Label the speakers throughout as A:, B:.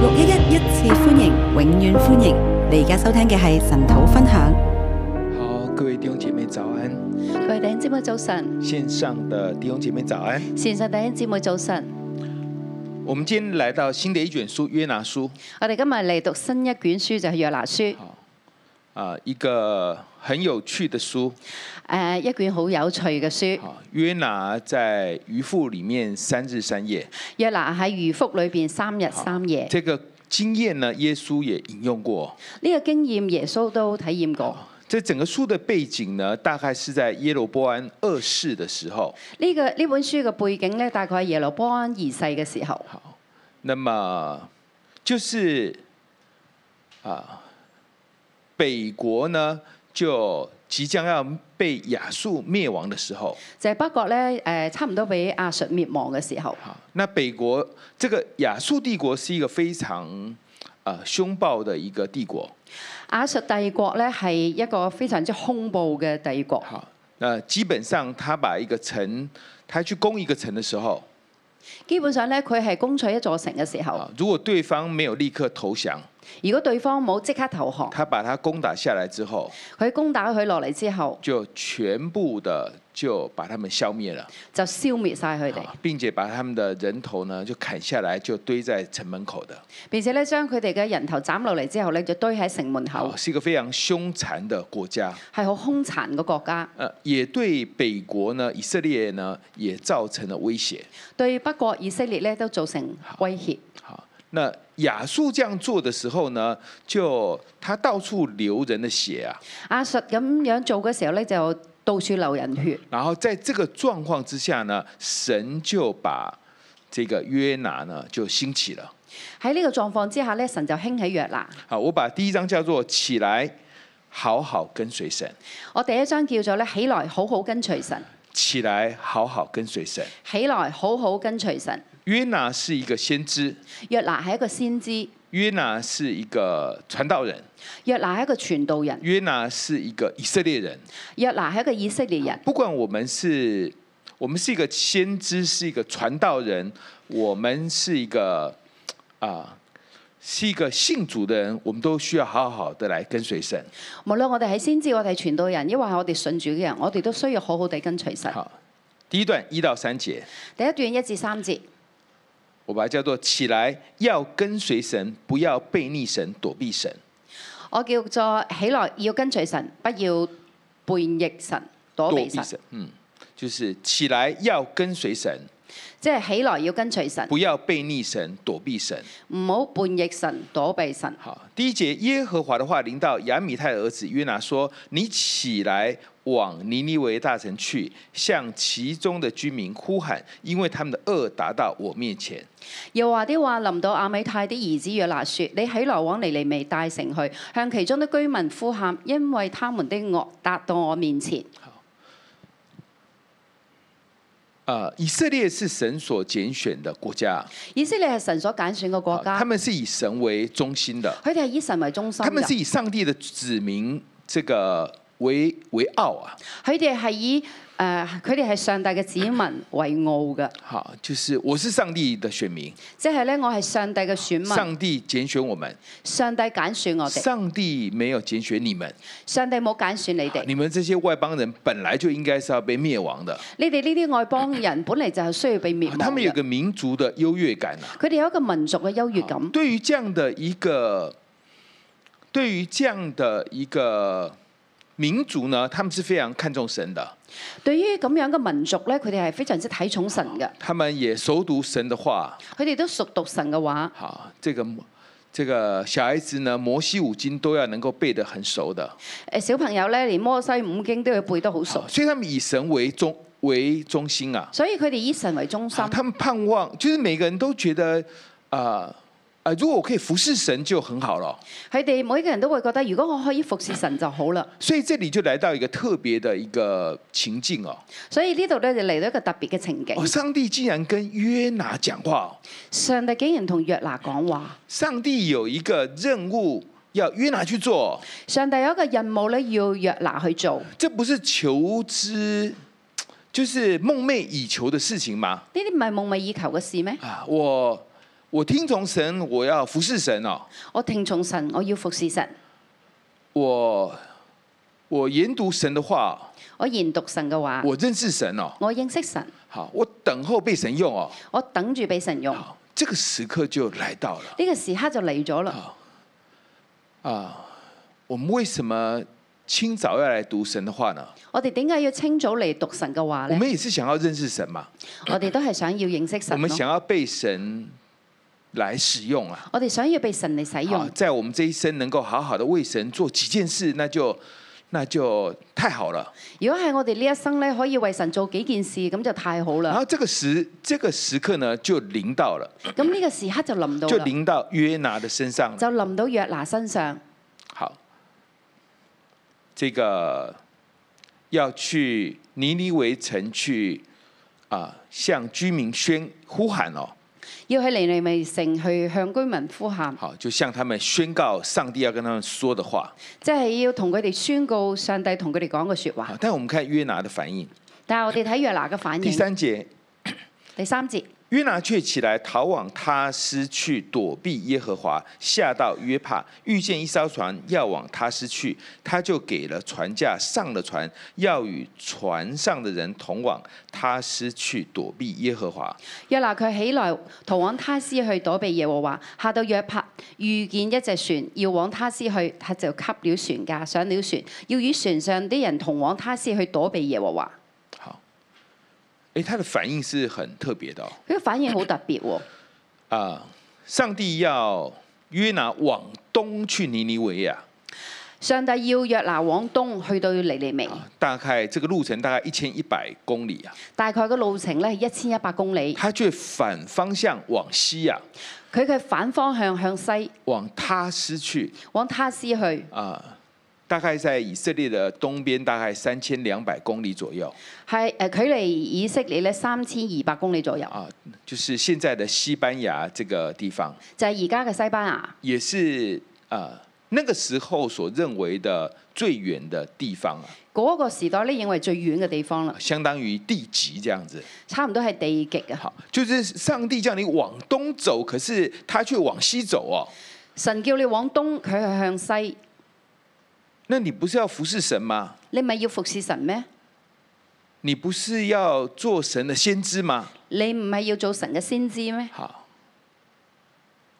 A: 六一一一次歡迎，永遠歡迎！你而家收聽嘅係神土分享。
B: 好，各位弟兄姐妹早安，
C: 各位弟兄姊妹早晨，
B: 線上的弟兄姐妹早安。
C: 線上弟兄姊妹早晨。
B: 我們今天來到新的一卷書《約拿書》
C: 我哋今日嚟讀新一卷書就係約拿書，誒、
B: 啊、一個很有趣的書
C: 呃一卷好有趣嘅書。
B: 啊。約拿在魚腹裡面三日三夜，啊
C: 約拿喺魚腹裏邊三日三夜，呢、
B: 這個經驗呢，耶穌也引用過。
C: 個經驗耶穌都體驗過。
B: 這整個書的背景呢，大概是在耶羅波安二世的時候。
C: 呢、個呢本書嘅背景呢，大概係耶羅波安二世嘅時候，
B: 好，那麼就是啊，北國呢就即將要被亞述滅亡的時候，
C: 就係、北國呢，誒、差唔多俾亞述滅亡嘅時候。
B: 好，那北國這個亞述帝國是一個非常啊兇暴的一個帝國。
C: 亞述帝國呢，係一個非常之恐怖嘅帝國。
B: 好，那基本上他把一個城，他去攻一個城的時候，
C: 基本上呢，佢係攻取一座城嘅時候
B: 啊，，如果對方沒有立刻投降，
C: 如果對方冇即刻投降，
B: 他把它攻打下來之後，
C: 佢攻打佢落嚟之後，
B: 就全部的就把他們消滅了。
C: 就消滅晒佢哋，
B: 啊並且把他們的人頭呢就砍下來，就堆在城門口的，
C: 並且咧將佢哋嘅人頭斬落嚟之後咧，就堆喺城門口
B: 啊，，是一個非常兇殘的國家。
C: 係好兇殘嘅國家，
B: 呃，也對北國呢、以色列呢也造成了威脅。
C: 對北國以色列咧都造成威脅。
B: 好，那亞述這樣做的時候呢，就他到處流人的血啊。
C: 亞述咁樣做嘅時候咧，就到處流人血。
B: 然後在這個狀況之下呢，神就把這個約拿呢就興起了。
C: 喺呢個狀況之下咧，神就興起約拿。
B: 好，我把第一章叫做起來，好好跟隨神。
C: 我第一章叫做咧起來，好好跟隨神。
B: 起來，好好跟隨神。
C: 起來，好好跟隨神。
B: 約拿是一個先知，
C: 約拿係一個先知，
B: 約拿是一個傳道人，
C: 約拿係一個傳道人，
B: 約拿是一個以色列人。
C: 約拿係一個以色列人。
B: 不管我們是，我們是一個先知，是一個傳道人，我們是一个啊、是一个信主的人，我們都需要好好的來跟隨神。
C: 無論我哋係先知，我哋係傳道人，抑或係我哋信主嘅人，我哋都需要好好地跟隨神。
B: 好，第一段一到三節，
C: 第一段一至三節，
B: 我把它叫做起來，要跟隨神，不要背逆神，躲避神。
C: 我叫做起來要跟隨神，不要背逆神、躲避神，，
B: 嗯，就是起來要跟隨神，
C: 即係起來要跟隨神，
B: 不要背逆神，躲避神。
C: 唔好背逆神、躲避神。
B: 好，第一節耶和華的話臨到亞米太的兒子約拿說：“你起來往尼尼微大城去，向其中的居民呼喊，因為他們的惡達到我面前。
C: 又話啲話臨到亞美泰的兒子約拿說：你起來往尼尼微大城去，向其中的居民呼喊，因為他們的惡達到我面前。
B: 呃”以色列是神所揀選的國家，
C: 以色列係神所揀選嘅國
B: 他
C: 家，
B: 們是以神為中心的，
C: 佢哋係以神為中心
B: 他們是
C: 嘅，
B: 以上帝的子民這個為為傲啊。
C: 佢哋係以誒，呃佢哋係上帝嘅子民為傲嘅，
B: 好，就是我是上帝的選民，
C: 即係咧，我係上帝嘅選民，
B: 上帝揀選我們，
C: 上帝揀選我哋。
B: 上帝沒有揀選你們。
C: 上帝冇揀選你哋，
B: 你們這些外邦人本來就應該是要被滅亡的，
C: 你哋呢啲外邦人本嚟就係需要被滅亡
B: 他們有
C: 嘅
B: 個民族的優越感啊。
C: 佢哋有一個民族嘅優越感。
B: 對於這樣的一個，對於這樣的一個民族呢，他們是非常看重神的，
C: 對於咁樣嘅民族呢，佢哋係非常之睇重神嘅，
B: 他們也熟讀神的話。
C: 佢哋都熟讀神嘅話。
B: 好，這個這個小孩子呢，摩西五經都要能夠背得很熟的，
C: 誒小朋友呢，連摩西五經都要背得好熟
B: 好，，啊所以他們以神為中為中心啊。
C: 所以佢哋以神為中心
B: 好，。他們盼望就是每個人都覺得啊啊、呃如果我可以服侍神就很好了。
C: 佢哋每一個人都會覺得，如果我可以服侍神就好啦。
B: 所以這裡就來到一個特別的一個情境哦，
C: 所以呢度呢，就嚟到一個特別嘅情景
B: 哦，，上帝竟然跟約拿講話哦，
C: 上帝竟然同約拿講話，
B: 上帝有一個任務要約拿去做哦，
C: 上帝有一個任務呢，要約拿去做。
B: 這不是求之，就是夢寐以求的事情嗎？
C: 呢啲唔係夢寐以求嘅事咩？
B: 啊啊，我我听从神，我要服侍神哦。
C: 我聽從神，我要服侍神，
B: 我我研读神的话，
C: 我研讀神嘅話，
B: 我认识神哦。
C: 我認識神，
B: 好，我等候被神用哦。
C: 我等住俾神用。呢、
B: 好，这个时刻就来到了
C: 個時刻就嚟咗啦。
B: 啊！我们为什么清早要来读神的话呢？
C: 我哋點解要清早嚟讀神嘅話
B: 我
C: 呢？
B: 们也是想要认识神嘛，
C: 我哋都係想要認識
B: 我
C: 神
B: 们
C: 咯。
B: 想要被神来使用啊。
C: 我哋想要被神嚟使
B: 好，
C: 用。
B: 在我们这一生能够好好的为神做几件事，那就那就太好了。
C: 如果係我哋呢一生咧，可以為神做幾件事，咁就太好
B: 然
C: 啦。
B: 后这个时这个时刻呢，就临到了，
C: 咁呢個時刻就臨到
B: 就
C: 啦，
B: 临到约拿的身上了。
C: 就臨到約拿身上。
B: 好，这个要去尼尼微城去啊、向居民宣呼喊哦，
C: 要喺尼尼微城去向居民呼喊，
B: 好，就向他们宣告上帝要跟他们说的话。
C: 即係要同佢哋宣告上帝同佢哋講嘅説話
B: 好。，啊但我们看约拿的反应，
C: 但係我哋睇約拿嘅反
B: 第
C: 應，
B: 三节，
C: 第三節，
B: 约拿却起来逃往他施去躲避耶和华，下到约帕，遇见一艘船要往他施去，他就给了船价，上了船，要与船上的人同往他施去躲避耶和华。
C: 約拿佢起來逃往他斯去躲避耶和華，下到約帕，遇見一隻船要往他斯去，他就給了船價，上了船，要與船上啲人同往他斯去躲避耶和華。
B: 好，诶，他的反應是很特別的哦。
C: 佢嘅反應好特別喎、
B: 啊、上帝要约拿往東去尼尼微啊，
C: 上帝要約拿往東去到尼尼微，
B: 大概这个路程大概一千一百公里啊，
C: 大概嘅路程咧係一千一百公里。
B: 他却反方向往西啊，
C: 佢嘅反方向向西，
B: 往他施去
C: 往他斯去，
B: 啊、大概在以色列的東邊大概三千兩百公里左右
C: 係誒呃距離以色列咧三千二百公里左右，
B: 啊、就是現在的西班牙这个地方，
C: 就係而家嘅西班牙，
B: 也是啊、那個時候所認為的最遠的地方啊，
C: 嗰、個時代咧認為最遠嘅地方啦，
B: 相當於地極這樣子。
C: 差唔多係地極啊！
B: 好，就是上帝叫你往东走，可是他却往西走哦。
C: 神叫你往東，佢係向西，
B: 那你不是要服侍神吗？
C: 你咪要服侍神咩？
B: 你不是要做神的先知吗？
C: 你唔係要做神嘅先知咩？
B: 好，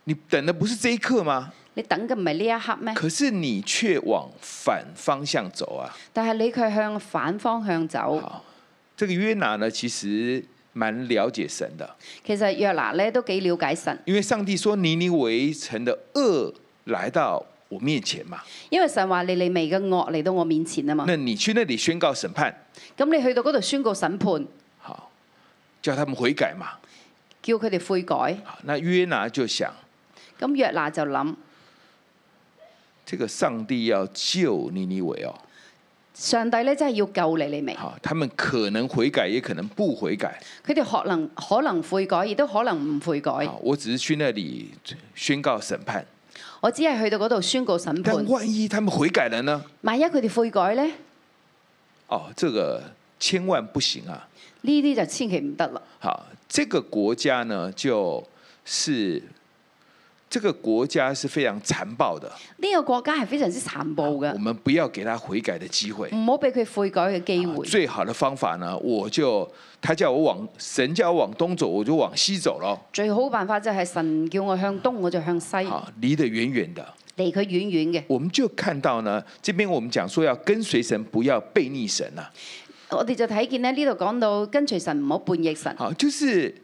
B: 你等的不是这一刻吗？
C: 你等嘅唔係呢一刻咩？
B: 可是你却往反方向走啊！
C: 但係你佢向反方向走，
B: 好，这个约拿呢，其实蛮了解神的，
C: 其實約拿咧都幾了解神，
B: 因为上帝说尼尼微城的恶来到我面前嘛，
C: 因為神話你你微嘅惡嚟到我面前啊嘛，
B: 那你去那里宣告审判，
C: 咁你去到嗰度宣告審判，
B: 好，叫他们悔改嘛。
C: 叫佢哋悔改。
B: 好，那约拿就想。
C: 咁約拿就諗，
B: 这个上帝要救尼尼微哦，
C: 上帝咧真係要救尼尼微，
B: 好，他们可能悔改，也可能不悔改。
C: 佢哋可能可能悔改，亦都可能唔悔改。
B: 好，我只是去那里宣告审判，
C: 我只係去到嗰度宣告審
B: 但
C: 判。
B: 万一他们悔改了呢？
C: 萬一佢哋悔改呢，
B: 哦，这个千万不行啊！
C: 呢啲就千祈唔得啦。
B: 好，这个国家呢，就是这个国家是非常残暴的，
C: 呢、個國家係非常之殘暴
B: 我
C: 嘅，嗯
B: 们不要给他悔改的机会。
C: 唔好俾佢悔改嘅機會。
B: 最好的方法呢，我就他叫我往神叫我往东走，我就往西走咯。
C: 最好辦法就係神叫我向東，我就向西，
B: 好，离得远嗯远的。
C: 離佢遠遠嘅。
B: 我们就看到呢，这边我们讲说要跟随神，不要背逆神啊呐、
C: 我哋就睇見咧呢度講到跟隨神唔好叛逆神，
B: 好，啊就是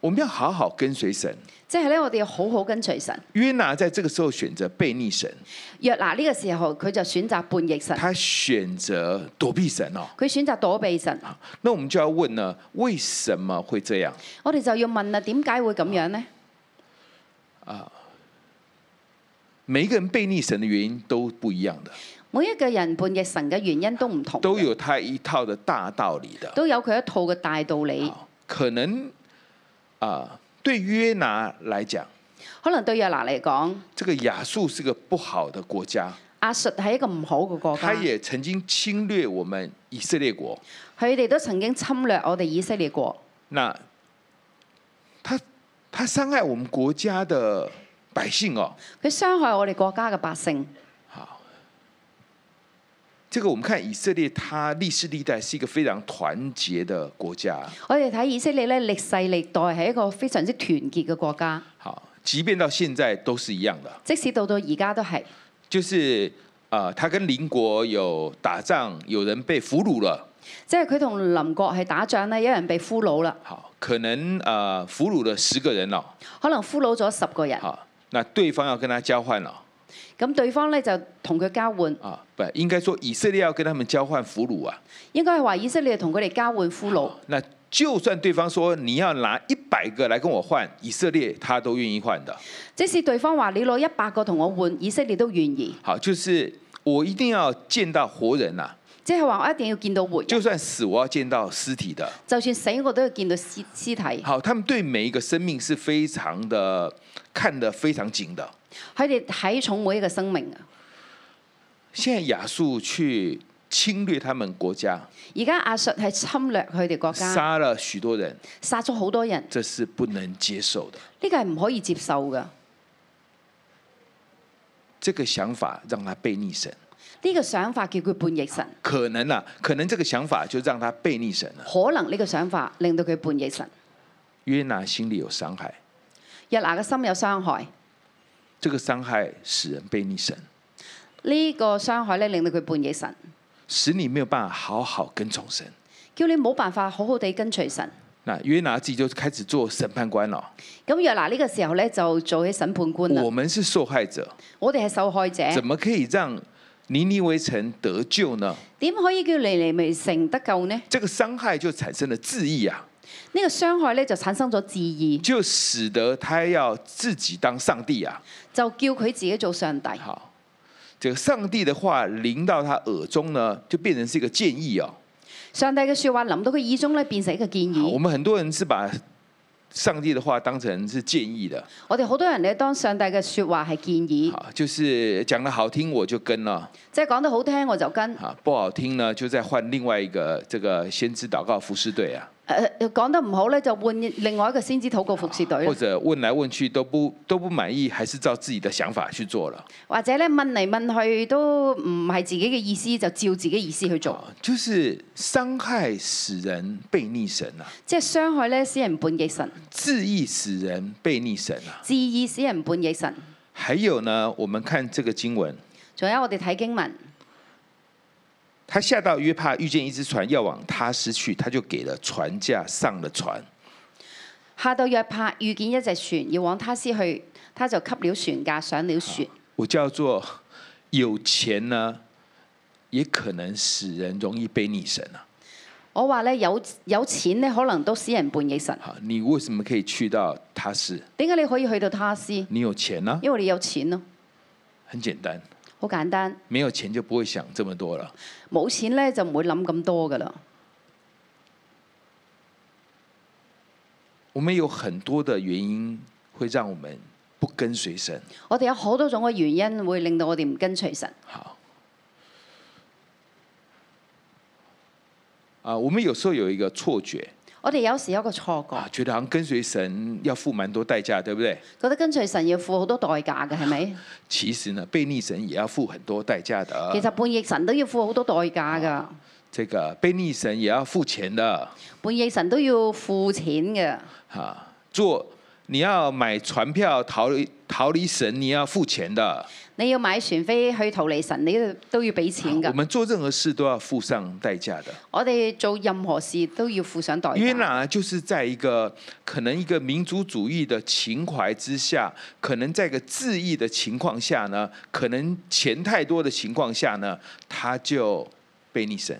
B: 我们要好好跟随神。
C: 即係咧我哋要好好跟隨神。
B: 约拿在这个时候选择背逆神，
C: 約拿呢個時候佢就選擇叛逆神，
B: 他选择躲避神哦。
C: 佢選擇躲避神。
B: 那我们就要问呢，为什么会这样？
C: 我哋就要問啦，點解會咁樣呢？
B: 啊每一个人背逆神的原因都不一样的，
C: 每一個人叛逆神嘅原因都唔同，
B: 都有他一套的大道理的。
C: 都有佢一套嘅大道理。
B: 好可能啊、对约拿来讲，
C: 可能對約拿嚟講，
B: 这个亚述是个不好的国家，
C: 阿述係一個唔好嘅國家
B: 他，也曾经侵略我们以色列国。
C: 佢哋都曾經侵略我哋以色列國。
B: 那他他伤害我们国家的百姓哦。
C: 佢傷害我哋國家嘅百姓。
B: 好，这个我们看以色列，它历世历代是一个非常团结的国家。
C: 我哋睇以色列咧，歷世歷代係一個非常之團結嘅國家，
B: 好，即便到现在都是一样的，
C: 即使到到而家都係，
B: 就是呃，他跟邻国有打仗，有人被俘虏了。
C: 即係佢同鄰國係打仗咧，有人被俘虜啦，
B: 好，可能呃俘虜了十个人了、
C: 可能俘虜咗十個人，
B: 好，那对方要跟他交换哦了、
C: 咁對方咧就同佢交換，
B: 啊，不应该说以色列要跟他们交换俘虏啊。
C: 應該係話以色列同佢哋交換俘虜。
B: 那就算对方说你要拿一百个来跟我换，以色列他都愿意换的。
C: 即使對方話你攞一百個同我換，以色列都願意，
B: 好，就是我一定要见到活人呐、啊
C: 即係話我一定要見到活人，
B: 就算死我要见到尸体的。
C: 就算死我都要見到屍屍體。
B: 好，他们对每一个生命是非常的看得非常紧的。
C: 佢哋睇重每一個生命啊！
B: 现在亚述去侵略他们国家，
C: 而家亞述係侵略佢哋國家，
B: 杀了许多人，
C: 殺咗好多人，
B: 这是不能接受的。
C: 呢個係唔可以接受噶。
B: 这个想法让他背逆神，
C: 呢、個想法叫佢叛逆神，
B: 可能啊，可能这个想法就让他背逆神了。
C: 可能呢個想法令到佢叛逆神。
B: 约拿心里有伤害，
C: 日拿嘅心有傷害，
B: 这个伤害使人背逆神，
C: 呢、個傷害咧令到佢叛逆神，
B: 使你没有办法好好跟从神。
C: 叫你冇辦法好好地跟隨神。
B: 那约拿自己就开始做审判官了。
C: 咁約拿呢個時候咧就做起審判官啦
B: 我。们是受害者，
C: 我哋係受害者，
B: 怎么可以讓尼尼微城得救呢？
C: 點可以叫尼尼微城得救呢？呢、
B: 这个伤害就产生了质疑啊，
C: 個傷害咧就產生咗自義，
B: 就使得他要自己当上帝啊。
C: 就叫佢自己做上帝。
B: 好，这个上帝的话临到他耳中呢，就变成是一个建议哦。
C: 上帝嘅説話臨到佢耳中咧變成一個建
B: 好我
C: 議。
B: 们很多人是把上帝的话当成是建議的，
C: 我哋好多人咧當上帝嘅説話係建議，
B: 好，就是讲的好聽我就跟了，
C: 即係講得好聽我就跟，
B: 啊，不好聽呢就再換另外一个这个先知祷告服侍队啊，
C: 誒呃講得唔好咧就換另外一個先知禱告服侍隊
B: 或
C: 啦，
B: 者問來問去都不都不滿意，還是照自己的想法去做了，
C: 或者咧問嚟問去都唔係自己嘅意思，就照自己意思去做，
B: 啊，就是傷害使人背逆神啊，
C: 即係傷害咧使人叛逆神，
B: 自意使人背逆神啊。
C: 自義使人叛逆神。
B: 還有呢，我们看这个經文，
C: 仲有我哋睇經文。
B: 他下到约帕，遇见一只船要往他失去，他就给了船价上了船。
C: 下到約帕，遇見一隻船，要往他斯去，他就給了船價，上了船。
B: 我叫做有钱呢，也可能使人容易背逆神啊。
C: 我話咧有有錢咧，可能都使人叛逆神。
B: 好，啊你为什么可以去到他是？
C: 點解你可以去到他斯？
B: 你有钱呢、
C: 因為你有錢咯，
B: 很简单，
C: 好簡單。
B: 没有钱就不会想这么多了。
C: 冇錢咧就唔會諗咁多噶啦。
B: 我们有很多的原因会让我们不跟随神。
C: 我哋有好多種嘅原因會令到我哋唔跟隨神。
B: 好，啊，我们有时候有一个错觉
C: 我哋有時有一個錯
B: 啊觉
C: 覺，，
B: 得好像跟随神要付蛮多代價，对不对？
C: 覺得跟隨神要付好多代價嘅，係咪？
B: 其实呢，背逆神也要付很多代價
C: 其
B: 的。
C: 實叛逆神都要付好多代價㗎，
B: 这个背逆神也要付钱的。
C: 叛逆神都要付錢嘅。
B: 啊，做你要买船票逃离逃离神，你要付钱的。
C: 你要買船飛去逃離神，你都要俾錢㗎
B: 我。们做任何事都要付上代價的。
C: 我哋做任何事都要付上代
B: 约
C: 價。
B: 拿就是在一个可能一个民族主义的情怀之下，可能在一个自意的情况下呢，可能钱太多的情况下呢，他就背逆神。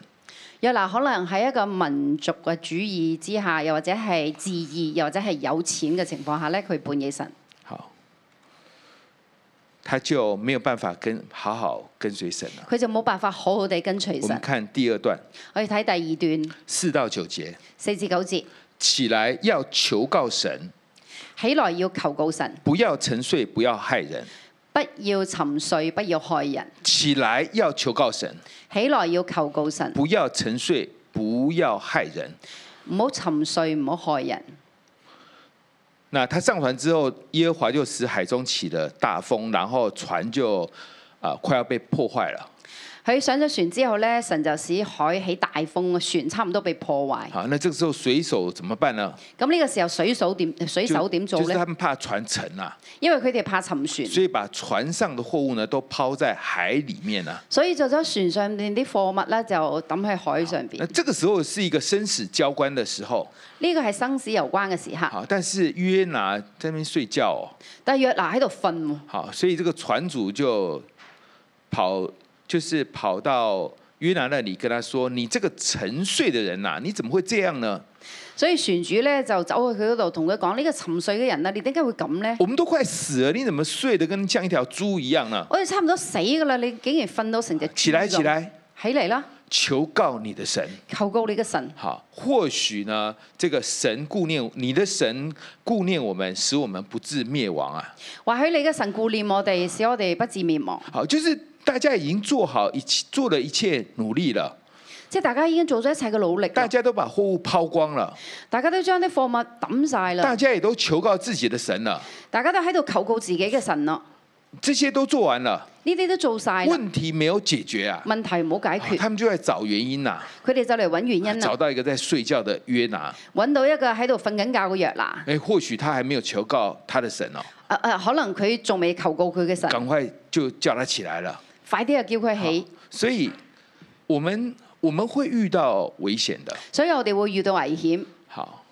C: 約拿可能喺一個民族嘅主義之下，又或者係自義，又或者係有錢嘅情況下咧，佢叛逆神，
B: 好，他就没有办法跟好好跟随神了。
C: 佢就冇辦法好好地跟隨
B: 我们
C: 神。
B: 看第二段
C: 我哋睇第二段
B: 四到九节，
C: 四至九節，
B: 起来要求告神，
C: 起來要求告神，
B: 不要沉睡，不要害人。
C: 不要沉睡，不要害人。
B: 起来要求告神，
C: 起來要求告神，
B: 不要沉睡，不要害人。
C: 唔好沉睡，唔好害人。
B: 那他上船之后，耶和华就使海中起了大风，然后船就啊、快要被破坏了。
C: 佢上咗船之後咧，神就使海起大風，個船差唔多被破壞。
B: 好，那这個時候水手怎麼辦呢？
C: 咁呢個時候水手點水
B: 就
C: 手點做
B: 就是
C: 咧
B: 他？們怕船沉啊，
C: 因為佢哋怕沉船，
B: 所以把船上的貨物呢都拋在海裡面啊。
C: 所以做咗船上面啲貨物咧就抌喺海上邊
B: 那。这个時候是一個生死交關的時候，
C: 呢個係生死攸關嘅時刻。
B: 好，但是約拿在那邊睡覺、哦，
C: 但係約拿喺度瞓喎，
B: 好，所以這個船主就跑，就是跑到约拿那里，跟他說：“你這個沉睡的人呐、啊你怎麼會這樣呢？
C: 所以船主咧就走去佢嗰度同佢講：呢個沉睡嘅人啊，你點解會咁咧？
B: 我們都快死了，你怎麼睡得跟像一條豬一樣呢？
C: 我哋差唔多死㗎啦，你竟然瞓到成隻豬
B: 起來，
C: 咁
B: 起，來，
C: 起嚟啦！
B: 求告你的神。”
C: 求告你嘅神，
B: 好，或許呢，這個神顧念你的神顧念我們，使我們不致滅亡啊。
C: 或許你嘅神顧念我哋，使我哋不致滅亡。
B: 好，就是大家已經做好一切，做了一切努力了，
C: 即係大家已經做咗一切嘅努力啦，
B: 大家都把貨物拋光了，
C: 大家都將啲貨物抌晒
B: 大
C: 啦，
B: 家也都求告自己的神了，
C: 大家都喺度求告自己嘅神啦，
B: 這些都做完了，
C: 呢啲都做晒啦，
B: 問題沒有解決啊。
C: 問題冇解
B: 好
C: 決，
B: 他們就在找原因呐、
C: 佢哋就嚟揾原因
B: 找
C: 啦，
B: 到一個在睡覺的約拿，
C: 揾到一個喺度瞓緊覺嘅約拿，
B: 哎，或許他還沒有求告他的神哦，
C: 誒啊誒，可能佢仲未求告佢嘅神，
B: 趕快就叫他起來了。
C: 快啲就叫佢起，
B: 所以，我們我們会遇到危險的。
C: 所以我哋會遇到危險，
B: 好，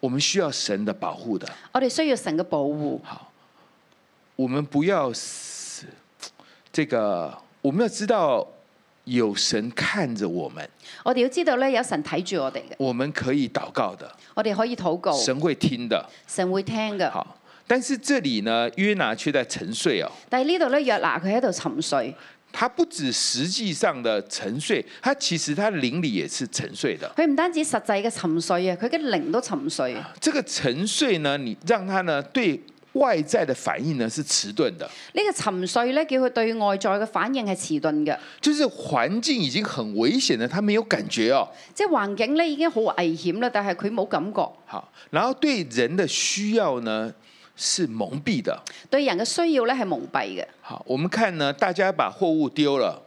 B: 我们需要神的保護的。
C: 我哋需要神嘅保護，
B: 好，我们不要死这个，我们要知道有神看着我们，
C: 我哋要知道咧有神睇住我哋嘅，
B: 我们可以祷告的，
C: 我哋可以禱告，
B: 神會聽的。
C: 神會聽嘅。
B: 好，但是这里呢，约拿却在沉睡哦。
C: 但係呢度咧約拿佢喺度沉睡，
B: 他不止实际上的沉睡，他其實他靈里也是沉睡的。
C: 佢唔單止實際嘅沉睡啊，佢嘅靈都沉睡啊。
B: 这个沉睡呢，你讓他呢對外在的反應呢是遲鈍的，
C: 呢個沉睡咧，叫佢對外在嘅反應係遲鈍嘅，
B: 就是環境已經很危險了，他沒有感覺哦。
C: 即係環境咧已經好危險啦，但係佢冇感覺，
B: 好，然後對人的需要呢是蒙蔽的。
C: 對人嘅需要咧係蒙蔽嘅。誒、
B: 好，我們看呢，大家把貨物丟了，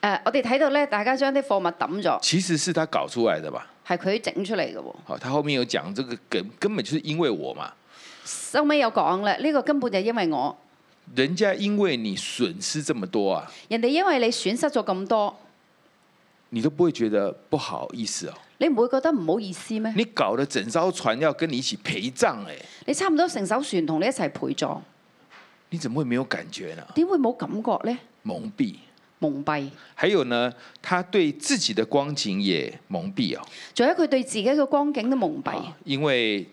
C: 我哋睇到咧，大家將啲貨物抌咗，
B: 其實是他搞出來的吧？
C: 係佢整出嚟嘅喎。
B: 好，他後面有講這個根根本就是因為我嘛，
C: 收尾有講咧，呢、個根本就因為我，
B: 人家因為你損失這麼多啊，
C: 人哋因為你損失咗咁多，
B: 你都不會覺得不好意思哦。
C: 你唔會覺得唔好意思咩？
B: 你搞得整艘船要跟你一起陪葬、哎，
C: 你差唔多成艘船同你一齊陪葬，
B: 你怎麼會沒有感覺呢？
C: 點會冇感覺咧？
B: 蒙蔽。
C: 蒙蔽，
B: 還有呢，他對自己的光景也蒙蔽哦，
C: 仲有佢對自己嘅光景都蒙蔽，
B: 啊因為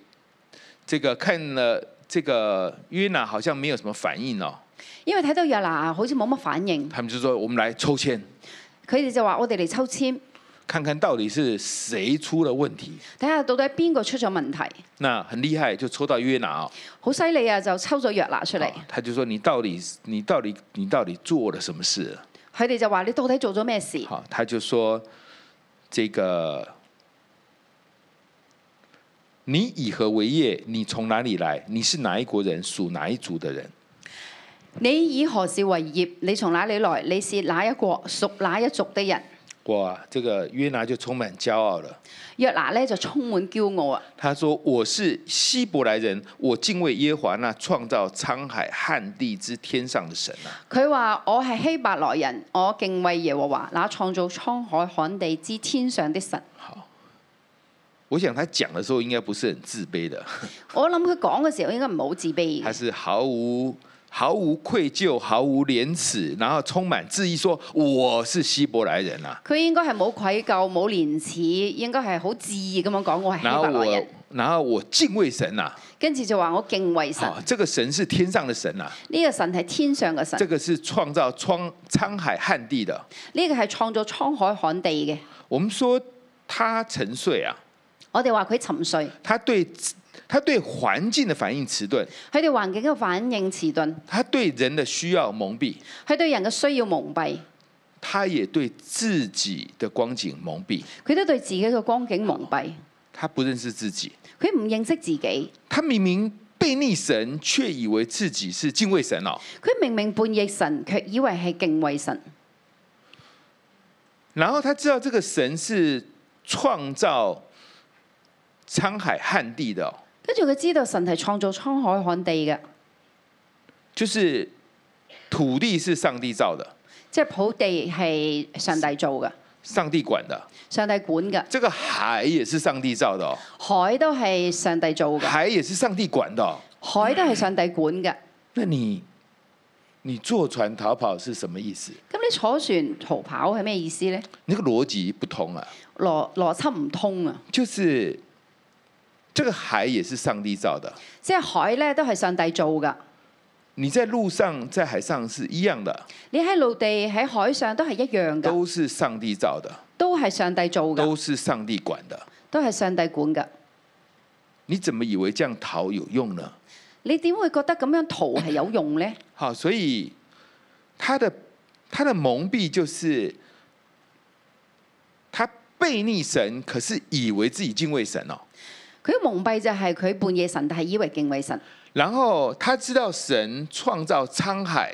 B: 這個看了這個約拿好像沒有什麼反應哦，
C: 因為睇到約拿好似冇乜反應，
B: 他們就說我們來抽籤，
C: 佢哋就話：我哋嚟抽籤。
B: 看看到底是誰出了問題。
C: 睇下到底邊個出咗問題，
B: 那很厲害，就抽到約拿哦，
C: 好犀利啊！就抽咗約拿出嚟，
B: 啊他就說你到底你到底你到底做了什麼事？
C: 佢哋就話：你到底做咗咩事？
B: 好，他就說这个。你以何為業？你從哪裡來？你是哪一國人？屬哪一族的人？
C: 你以何事為業？你從哪裡來？你是哪一國屬哪一族的人？
B: 哇，這個約拿就充滿驕傲了。
C: 約拿呢就充滿驕傲啊！
B: 他說：“我是希伯來人，我敬畏耶和華那創造滄海旱地之天上的神啊。
C: 佢話：我係希伯來人，我敬畏耶和華，那創造滄海旱地之天上的神。”
B: 啊我想他講的時候應該不是很自卑的，
C: 我諗佢講嘅時候應該唔好自卑
B: 他
C: 嘅，
B: 是毫無毫無愧疚、毫無廉恥，然後充滿自意說：“我是希伯來人啊。”
C: 佢應該係冇愧疚、冇廉恥，應該係好自意咁樣講：我係希
B: 然後
C: 伯來
B: 我
C: 人。，
B: 然後我敬畏神呐、
C: 跟住就話：我敬畏神，
B: 好、这個神是天上的神呐、
C: 呢個神係天上嘅神
B: 這。個是創造滄滄海旱地的。
C: 呢個係創造滄海旱地嘅。
B: 我們說他沉睡啊，
C: 我哋話佢沉睡，
B: 他對他對環境的反應遲鈍，
C: 佢哋環境嘅反應遲鈍，
B: 他對人的需要蒙蔽，
C: 佢對人嘅需要蒙蔽，
B: 他也對自己的光景蒙蔽。
C: 佢都對自己嘅光景蒙蔽。
B: 他不认识自己，
C: 佢唔認識自己，
B: 他明明背逆神，却以为自己是敬畏神哦。
C: 佢明明叛逆神，卻以為係敬畏神。
B: 然后他知道这个神是创造沧海旱地的、哦，
C: 跟住佢知道神係創造滄海旱地嘅，
B: 就是土地是上帝造的，
C: 即係土地係上帝做嘅，
B: 上帝管的；
C: 上帝管嘅，
B: 这个海也是上帝造的哦，
C: 海都係上帝做嘅，
B: 海也是上帝管的、哦。
C: 海都係上帝管嘅。
B: 那你你坐船逃跑是什么意思？
C: 咁你坐船逃跑係咩意思呢？
B: 那个逻辑不通啊，
C: 邏邏輯唔通啊！
B: 就是这个海也是上帝造的，
C: 即係海咧都係上帝做㗎，
B: 你在路上在海上是一样的，
C: 你喺陸地喺海上都係一樣㗎，
B: 都是上帝造的，
C: 都係上帝做㗎，
B: 都是上帝管的。
C: 都係上帝管㗎。
B: 你怎么以为这样逃有用呢？
C: 你點會覺得咁樣逃係有用呢？
B: 好，所以他的他的蒙蔽就是他背逆神，可是以为自己敬畏神哦。
C: 佢蒙蔽就係佢半夜神，但係以為敬畏神。
B: 然后他知道神创造沧海，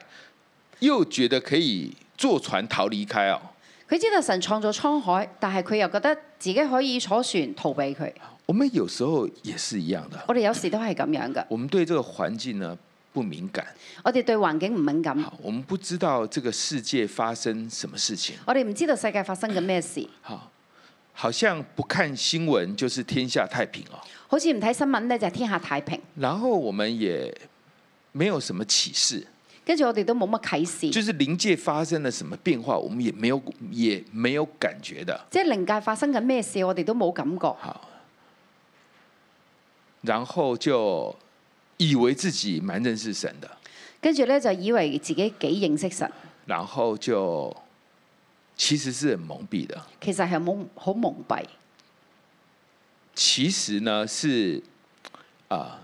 B: 又觉得可以坐船逃离开哦。
C: 佢知道神創造滄海，但係佢又覺得自己可以坐船逃避佢。
B: 我们有时候也是一样的，
C: 我哋有時都係咁樣㗎。
B: 我们对這個環境呢不敏感，
C: 我哋對環境唔敏感，
B: 好，我们不知道這個世界發生什麼事情，
C: 我哋唔知道世界發生緊咩事，
B: 好，好像不看新聞就是天下太平哦。
C: 好似唔睇新聞呢，就係天下太平。
B: 然後我們也没有什麼啟示，
C: 跟住我哋都冇乜啟示，
B: 就是臨界發生了什麼變化，我們也沒有也没有感覺的。
C: 即係靈界發生緊咩事，我哋都冇感覺。
B: 好，然後就以為自己蠻認識神的，
C: 跟住呢，就以為自己幾認識神，
B: 然後就其實是很蒙蔽的。
C: 其實係冇好蒙蔽。
B: 其實呢是啊、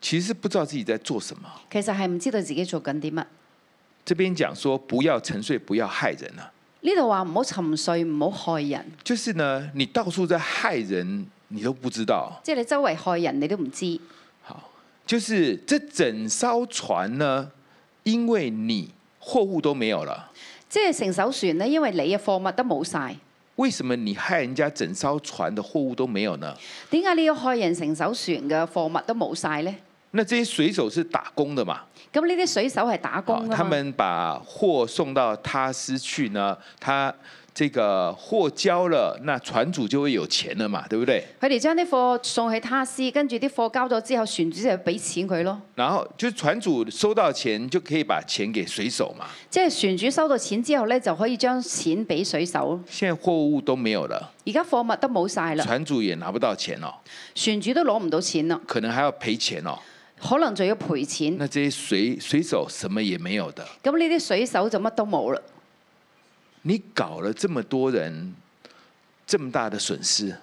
B: 其實不知道自己在做什麼。
C: 其實係唔知道自己做緊啲乜。
B: 這邊講說不要沉睡，不要害人啊，
C: 呢度話唔好沉睡，唔好害人，
B: 就是呢，你到處在害人，你都不知道。
C: 即係你周圍害人，你都唔知。
B: 就是這整艘船呢，因為你貨物都沒有了，
C: 即係成艘船呢，因為你嘅貨物都冇晒，
B: 為什麼你害人家整艘船的貨物都沒有呢？
C: 點解你要害人成艘船嘅貨物都冇晒呢？
B: 那這些水手是打工的嘛？
C: 咁呢啲水手係打
B: 好
C: 工，
B: 啊他
C: 㗎嘛，
B: 們把貨送到他斯去呢，他这个貨交了，那船主就會有錢了嘛，對不對？
C: 佢哋將啲貨送去他斯，跟住啲貨交咗之後，船主就俾錢佢咯。
B: 然後就是船主收到錢就可以把錢給水手嘛。
C: 即係船主收到錢之後呢，就可以將錢俾水手。
B: 現在貨物都沒有了，
C: 而家貨物都 冇晒啦，
B: 船主也拿不到錢哦，
C: 船主都攞唔到錢啦，
B: 可能還要賠錢哦。
C: 可能仲要賠錢。
B: 那這些水水手什麼也沒有的，
C: 咁呢啲水手就乜都冇啦。
B: 你搞了這麼多人這麼大的損失，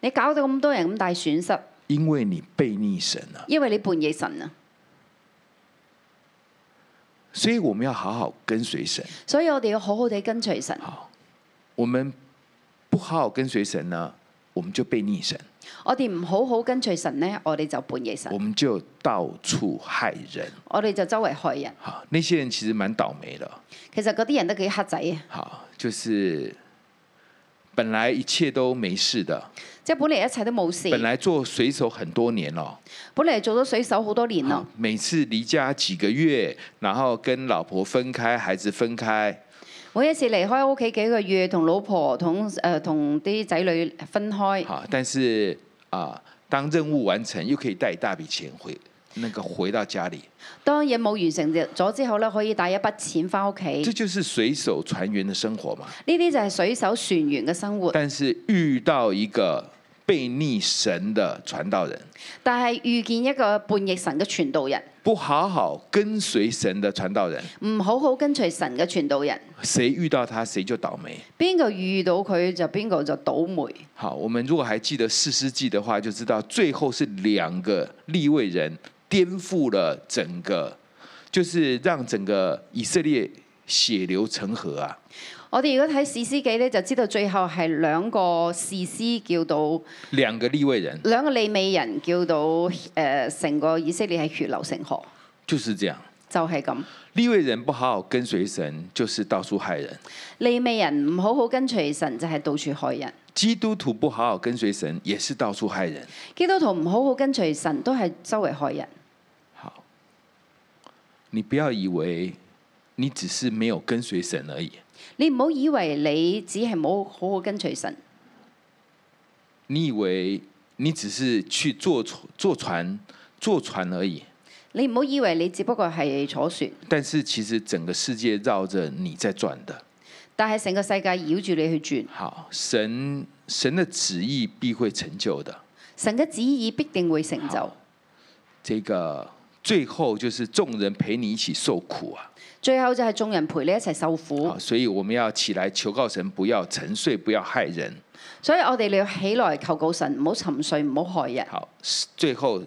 C: 你搞到咁多人咁大損失，
B: 因為你背逆神啊了。
C: 因為你叛逆神啊！
B: 所以我們要好好跟隨神。
C: 所以我哋要好好地跟隨神。
B: 我們不好好跟隨神呢，我們就背逆神，
C: 我哋唔好好跟隨神呢，我哋就叛逆神
B: 我，們就到處害人。
C: 我哋就周圍害人。
B: 好，那些人其實蠻倒霉的。
C: 其實嗰啲人都幾黑仔啊！
B: 好，就是本來一切都沒事的，
C: 即係本嚟一切都冇事，
B: 本來做水手很多年了，
C: 本嚟做咗水手好多年咯，
B: 每次離家幾個月，然後跟老婆分開，孩子分開，
C: 每一次離開屋企幾個月，同老婆同誒同啲仔女分開，
B: 好，但是啊，當任務完成，又可以帶一大筆錢回那個回到家裡，
C: 當嘢冇完成咗之後呢，可以帶一筆錢翻屋企。
B: 這就是水手船員的生活嘛。
C: 呢啲就係水手船員嘅生活，
B: 但是遇到一個被逆神的傳道人，
C: 但係遇見一個叛逆神嘅傳道人，
B: 不好好跟隨神的傳道人，
C: 唔好好跟隨神嘅傳道人，
B: 誰遇到他誰就倒霉。
C: 邊個遇到佢就邊個就倒霉。
B: 好，我們如果還記得四世紀的話，就知道最後是兩個立位人顛覆了整個，就是讓整個以色列血流成河啊！
C: 我哋如果睇史詩記咧，就知道最後係兩個士師叫到
B: 两个立位人
C: 兩個利美人叫到誒成、個以色列係血流成河，
B: 就是这样，
C: 就係、咁。
B: 立位人不好好跟随神，就是到处害人；
C: 利美人唔好好跟隨神，就係、到處害人。
B: 基督徒不好好跟随神，也是到處害人。
C: 基督徒唔好好跟隨神，都係周圍害人。
B: 好，你不要以为你只是没有跟随神而已，
C: 你唔好以為你只係冇好好跟隨神，
B: 你以为你只是去坐船坐船坐船而已，
C: 你唔好以為你只不過係坐船，
B: 但是其实整个世界绕着你在转的。
C: 但係成個世界繞住你去轉。
B: 好，神神的旨意必会成就的。
C: 神嘅旨意必定會成就，
B: 这个最后就是众人陪你一起受苦啊！
C: 最後就係眾人陪你一齊受苦
B: 好，。所以我们要起来求告神，不要沉睡，不要害人。
C: 所以我哋要起來求告神，唔好沉睡，唔好害人。
B: 好，十最后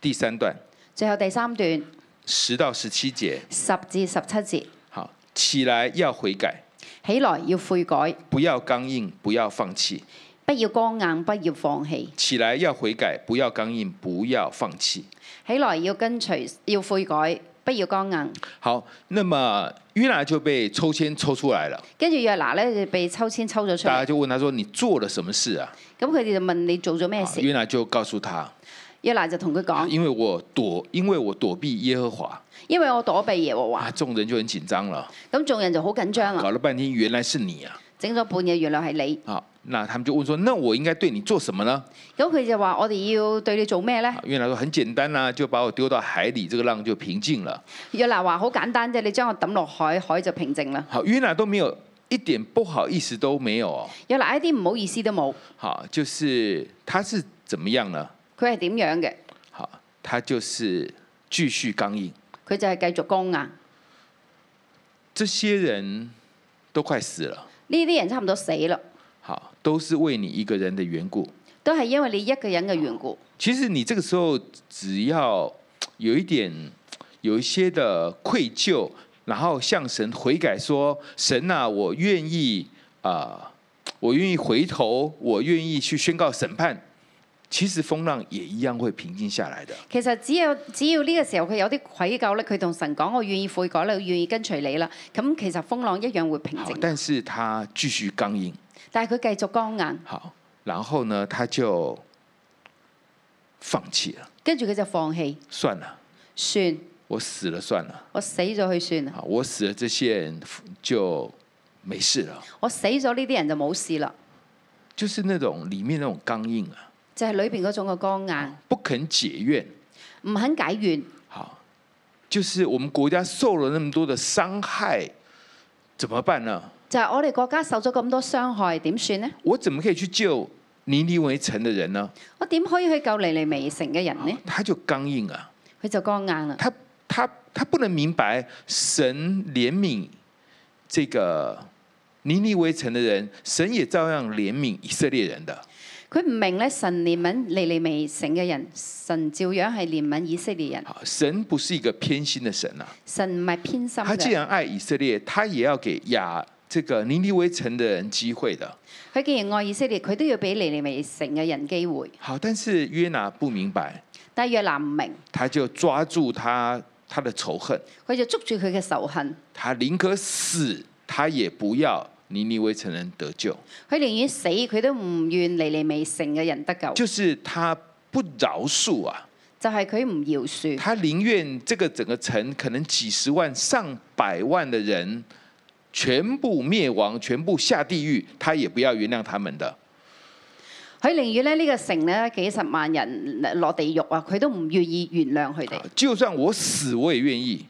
B: 第三段
C: 最後第三段
B: 十到十七节，
C: 十至十七節，
B: 好，起来要悔改，
C: 起來要悔改，
B: 不要刚硬，不要放弃。
C: 不要剛硬，不要放棄。
B: 起来要悔改，不要刚硬，不要放弃。
C: 起來要跟隨，要悔改，不要剛硬。
B: 好，那么约拿就被抽签抽出来了，
C: 跟住約拿咧就被抽籤抽咗出
B: 大家
C: 嚟，
B: 就问他说：“你做了什么事啊
C: 咁佢哋就問你做咗？”咩
B: 好
C: 事？
B: 约拿就告诉他
C: 約拿就同佢：“講，
B: 啊因为我躲，因为我躲避耶和华。”
C: 因為我躲避耶和華
B: 啊，，众人就很紧张了，
C: 咁眾人就好緊張啦
B: 搞，了半天原来是你啊！
C: 整咗半日，原來係你。
B: 好，那他们就问说：“那我应该对你做什么呢
C: 咁佢就話：我哋要對你做咩呢？
B: 啊？”约拿说：“很简单啦、啊就把我丢到海里，这个浪就平静了。
C: 約拿話好簡單啫，你將我抌落海，海就平靜啦”。
B: 好，约拿都没有一点不好意思都没有哦。
C: 約拿一啲唔好意思都冇，
B: 好，就是他是怎么样呢？
C: 佢係點樣嘅？
B: 好，他就是继续刚硬。
C: 佢就係繼續啊剛硬。呢
B: 这些人都快死了，
C: 啲人差唔多死啦，
B: 好，都是为你一个人的缘故。
C: 都係因為你一個人嘅緣故。
B: 其实你这个时候只要有一点有一些的愧疚，然后向神悔改说：“神呐、我愿意啊、我愿意回头，我愿意去宣告审判。”其实风浪也一样会平静下来的。
C: 其實只有只要呢個時候佢有啲愧疚咧，佢同神講：我願意悔改啦，我願意跟隨你啦。咁其實風浪一樣會平
B: 好，
C: 靜，
B: 但是他继续刚硬。
C: 但係佢繼續剛硬，
B: 好，然后呢，他就放弃了，
C: 跟住佢就放棄，
B: 算了，
C: 算
B: 我死了算了，
C: 我死咗佢算啦，
B: 啊，我死了，这些人就没事了。
C: 我死咗呢啲人就冇事啦。
B: 就是那种里面那種剛硬啊，
C: 就係裏邊嗰種嘅剛硬，
B: 不肯解怨。
C: 唔肯解怨，
B: 好，就是我们國家受了那麼多的傷害，怎麼辦呢？
C: 就係、我哋國家受咗咁多傷害，點算呢？
B: 我怎麼可以去救尼尼微城的人呢？
C: 我點可以去救尼尼微城嘅人呢？
B: 他就剛硬啊，
C: 佢就剛硬啦，
B: 他他他不能明白神憐憫這個尼尼微城的人，神也照樣憐憫以色列人的。
C: 佢唔明咧，神憐憫尼尼微城嘅人，神照樣係憐憫以色列人。
B: 好，神不是一個偏心的神啊。
C: 神唔係偏心
B: 他既
C: 嘅，
B: 然愛以色列，他也要給亞這個尼尼微城的人機會的。
C: 佢既然愛以色列，佢都要俾尼尼微城嘅人機會。
B: 好，但是约拿不明白，
C: 但係約拿唔明，
B: 他就抓住他他的仇恨，
C: 佢就捉住佢嘅仇恨，
B: 他宁可死，他也不要尼尼微城人得救，
C: 佢寧願死，佢都唔願尼尼微城嘅人得救，
B: 就是他不饶恕啊，
C: 就係佢唔饒恕。
B: 他宁愿这个整个城可能几十万、上百万的人全部灭亡、全部下地狱，他也不要原諒他们的。
C: 佢寧願咧呢個城咧幾十萬人落地獄啊，佢都唔願意原諒佢哋。
B: 就算我死，我也愿意。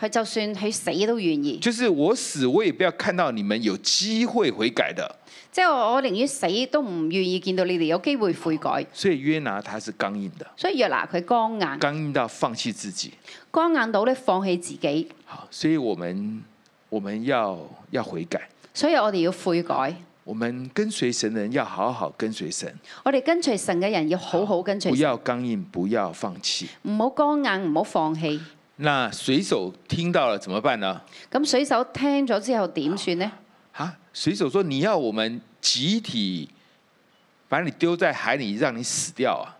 C: 佢就算佢死都願意，
B: 就是我死，我也不要看到你们有机会悔改的。
C: 即係我我寧願死都唔願意見到你哋有機會悔改。
B: 所以约拿他是刚硬的，
C: 所以約拿佢剛硬，
B: 刚硬到放棄自己。
C: 剛硬到咧放棄自己，
B: 好，啊所以我们我们要要悔改，
C: 所以我哋要悔改。
B: 我们跟随神的人要好好跟随神，
C: 我哋跟隨神嘅人要好好跟
B: 不
C: 隨神，
B: 要刚硬，不要放弃。
C: 唔好剛硬，唔好放棄。
B: 那水手听到了怎么办呢？
C: 咁水手聽咗之後點算呢？
B: 啊，水手说你要我们集体把你丢在海里，让你死掉啊！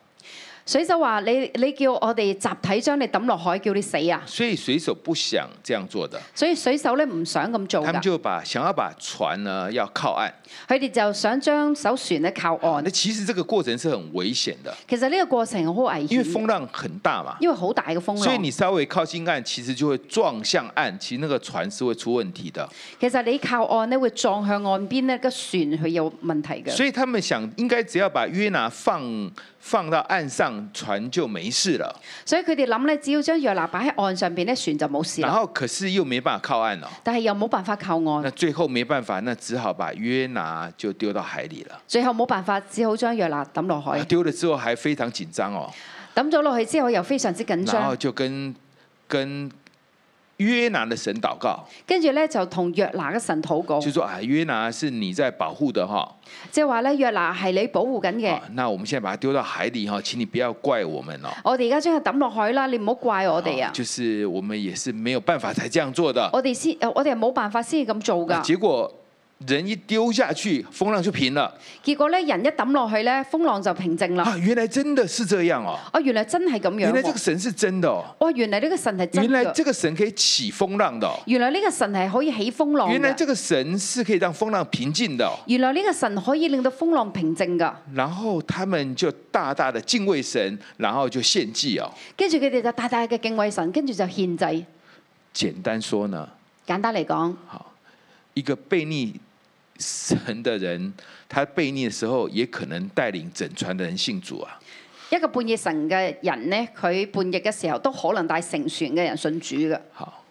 C: 水手話：你你叫我哋集體將你抌落海，叫你死啊！
B: 所以水手不想这样做的，
C: 所以水手咧唔想咁做
B: 他们
C: 㗎，
B: 就把想要把船呢要靠岸。
C: 佢哋就想將艘船咧靠岸
B: 那。其实这个过程是很危险的，
C: 其實呢個過程好危
B: 因为
C: 險嘅，
B: 风浪很大嘛，
C: 因為好大嘅風
B: 所以你
C: 浪。
B: 稍微靠近岸，其实就会撞向岸，其实那个船是会出问题的。
C: 其實你靠岸咧會撞向岸邊咧，個船佢有問題嘅。
B: 所以他们想，应该只要把约拿放放到岸上，船就没事了。
C: 所以佢哋諗咧，只要將約拿擺喺岸上邊咧，船就冇事
B: 然
C: 啦。
B: 后可是又没办法靠岸了、
C: 但係又冇辦法靠
B: 那
C: 岸，
B: 最后没办法，那只好把约拿就丢到海里了。
C: 最後冇辦法，只好將約拿抌落海。
B: 丢了之后还非常紧张哦，
C: 抌咗落去之後又非常之緊
B: 然后
C: 張，
B: 就跟跟约拿的神祷告，
C: 跟住咧就同約拿嘅神禱告，
B: 就说啊，约拿是你在保护的哈、
C: 即係話咧約拿係你保護緊嘅
B: 啊，那我们现在把它丢到海里哈，请你不要怪我们哦。
C: 我哋而家將佢抌落海啦，你唔好怪我哋啊！
B: 就是啊我们也是没有辦法才這樣做的。
C: 我哋先，我哋係冇辦法先至咁做
B: 那
C: 㗎。
B: 结果人一丢下去，風浪就平了。
C: 結果咧，人一抌落去咧，風浪就平靜啦。
B: 啊，原來真的是這樣哦，
C: 哦，原來真係咁樣
B: 原來這個
C: 喎！
B: 神是真的哦，
C: 哇，原來呢個神係真
B: 原來
C: 㗎。
B: 這個神可以起風浪的哦，
C: 原來呢個神係可以起風浪
B: 原來
C: 嘅。
B: 這個神是可以讓風浪平靜的哦。
C: 原來呢個神可以令到風浪平靜㗎。
B: 然後他們就大大的敬畏神，然後就獻祭哦。
C: 跟住佢哋就大大嘅敬畏神，跟住就獻祭。
B: 簡單說呢，
C: 簡單嚟講，
B: 啊一個悖逆神的人，他悖逆的時候，也可能帶領整船的人信主啊。
C: 一個叛逆神嘅人呢，佢叛逆嘅時候都可能帶成船嘅人信主嘅。
B: 好，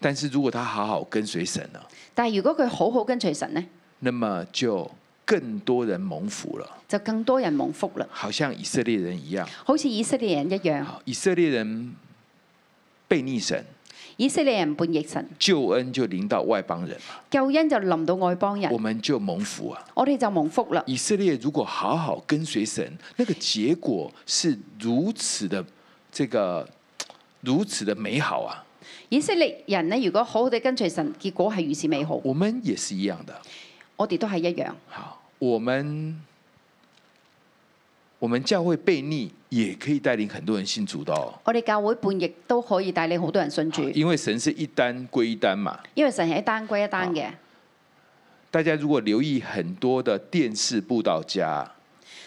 B: 但是如果他好好跟隨神呢，
C: 但係如果佢好好跟隨神呢，
B: 那麼就更多人蒙福了，
C: 就更多人蒙福啦。
B: 好像以色列人一樣。
C: 好似以色列人一樣，
B: 好，以色列人悖逆神，
C: 以色列人叛逆神，
B: 救恩就臨到外邦人嘛，
C: 救恩就臨到外邦
B: 我
C: 人，
B: 們就蒙福啊。
C: 我哋就蒙福啦。
B: 以色列如果好好跟隨神，那個結果是如此的這个如此的美好啊。
C: 以色列人呢，如果好好地跟隨神，結果係如此美好。
B: 我們也是一樣的。
C: 我哋都係一樣，
B: 好，我們我們教會悖逆也可以带领很多人信主的哦，
C: 我哋教會叛逆都可以帶領好多人信主，
B: 因為神是一單歸一單嘛。
C: 因為神係一單歸一單嘅。
B: 大家如果留意很多的電視佈道家，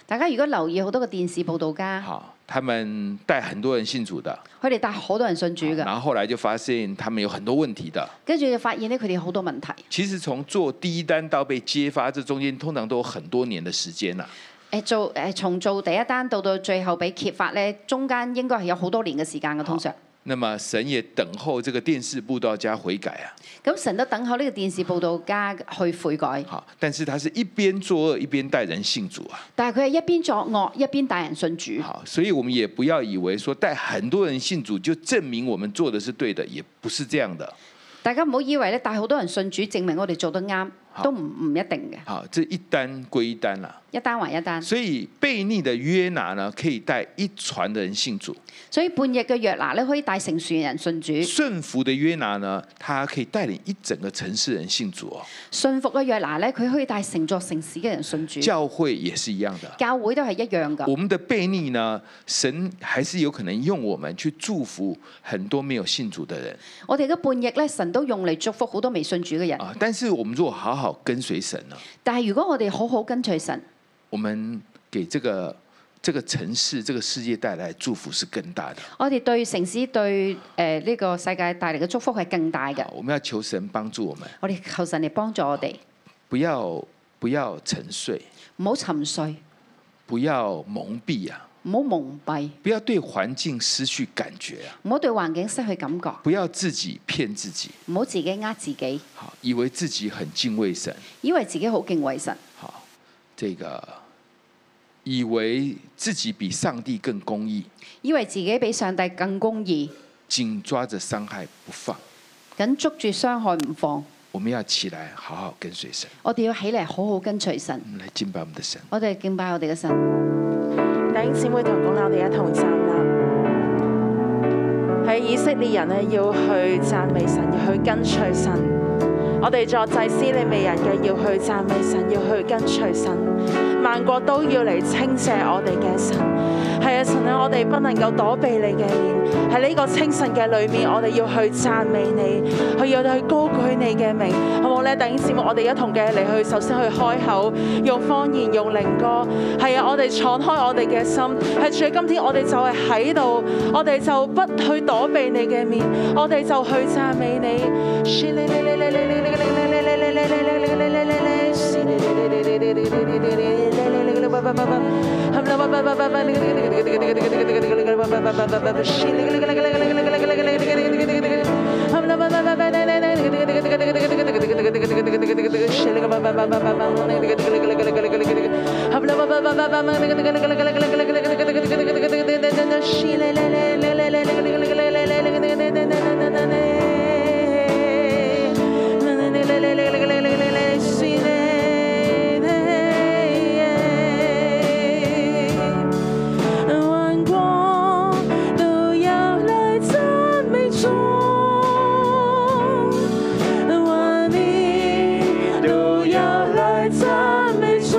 C: 大家如果留意好多個電視報道家，
B: 好，他們帶很多人信主的，
C: 佢哋帶好多人信主
B: 然
C: 嘅，
B: 後後來就發現他們有很多問題的。
C: 跟住就發現呢，佢哋好多問題。
B: 其實從做第一單到被揭發，這中間通常都有很多年的啊時間啦、
C: 誒做誒從做第一單到到最後俾揭發呢，中間應該係有好多年嘅時間嘅，通常。
B: 那麼神也等候這個電視佈道家悔改啊，
C: 咁神都等候呢個電視報道家去悔改。
B: 好，但是他是一邊作惡一邊帶人信主啊。
C: 但係佢係一邊作惡一邊帶人信主，
B: 好，所以我們也不要以為說带很多人信主就證明我們做的是對的，也不是這樣的。
C: 大家唔好以為咧帶好多人信主證明我哋做得啱，
B: 好
C: 都唔唔一定嘅，
B: 好，这一單歸一單啦、
C: 一單還一單。
B: 所以悖逆的約拿呢，可以帶一船的人信主；
C: 所以半夜嘅約拿咧可以帶成船人信主，
B: 順服的約拿呢，他可以帶領一整個城市人信主哦。
C: 信服嘅約拿咧佢可以帶成座城市嘅人信主，
B: 教會也是一樣的。
C: 教會都係一樣㗎。
B: 我們的悖逆呢，神還是有可能用我們去祝福很多沒有信主的人
C: 我哋嘅半夜咧神都用嚟祝福好多未信主嘅人，
B: 啊。但是我們如果好好跟隨神呢，
C: 但係如果我哋好好跟隨神，
B: 我们给这个这个城市、这个世界带来的祝福是更大的。
C: 我哋對城市對誒呢個世界帶嚟嘅祝福係更大嘅
B: 好。啊我们要求神帮助我们，
C: 我哋求神嚟幫助我哋，
B: 不要不要沉睡，
C: 唔好沉睡，
B: 不要蒙蔽啊，
C: 唔好蒙蔽。
B: 不要對環境失去感覺啊，
C: 唔好對環境失去感覺，
B: 不要自己騙自己，啊
C: 唔好自己呃自己，
B: 好，以為自己很敬畏神，
C: 以為自己好敬畏神，
B: 好，这个以為自己比上帝更公義，
C: 以為自己比上帝更公義，
B: 緊抓着傷害不放。
C: 緊捉住傷害唔放。
B: 我們要起來，好好跟隨神。
C: 我哋要起嚟好好跟隨神
B: 我，們來敬拜我們的神。
C: 我哋敬拜我哋嘅神。
D: 弟兄姊妹同工，我哋一同站立。以色列人咧要去讚美神，要去跟隨神。我哋作祭司利未人嘅要去讚美神，要去跟隨神。萬國都要嚟稱謝我哋嘅神。係啊，神啊，我哋不能夠躲避你嘅面。喺呢個清晨嘅裏面，我哋要去讚美你，去要去高舉你嘅名，好冇咧？弟兄姊妹，我哋一同嘅嚟去，首先去開口，用方言，用靈歌。係啊，我哋敞開我哋嘅心。係主，今天我哋就係喺度，我哋就不去躲避你嘅面，我哋就去讚美你。万国都要来赞美主，万民都要来赞美主，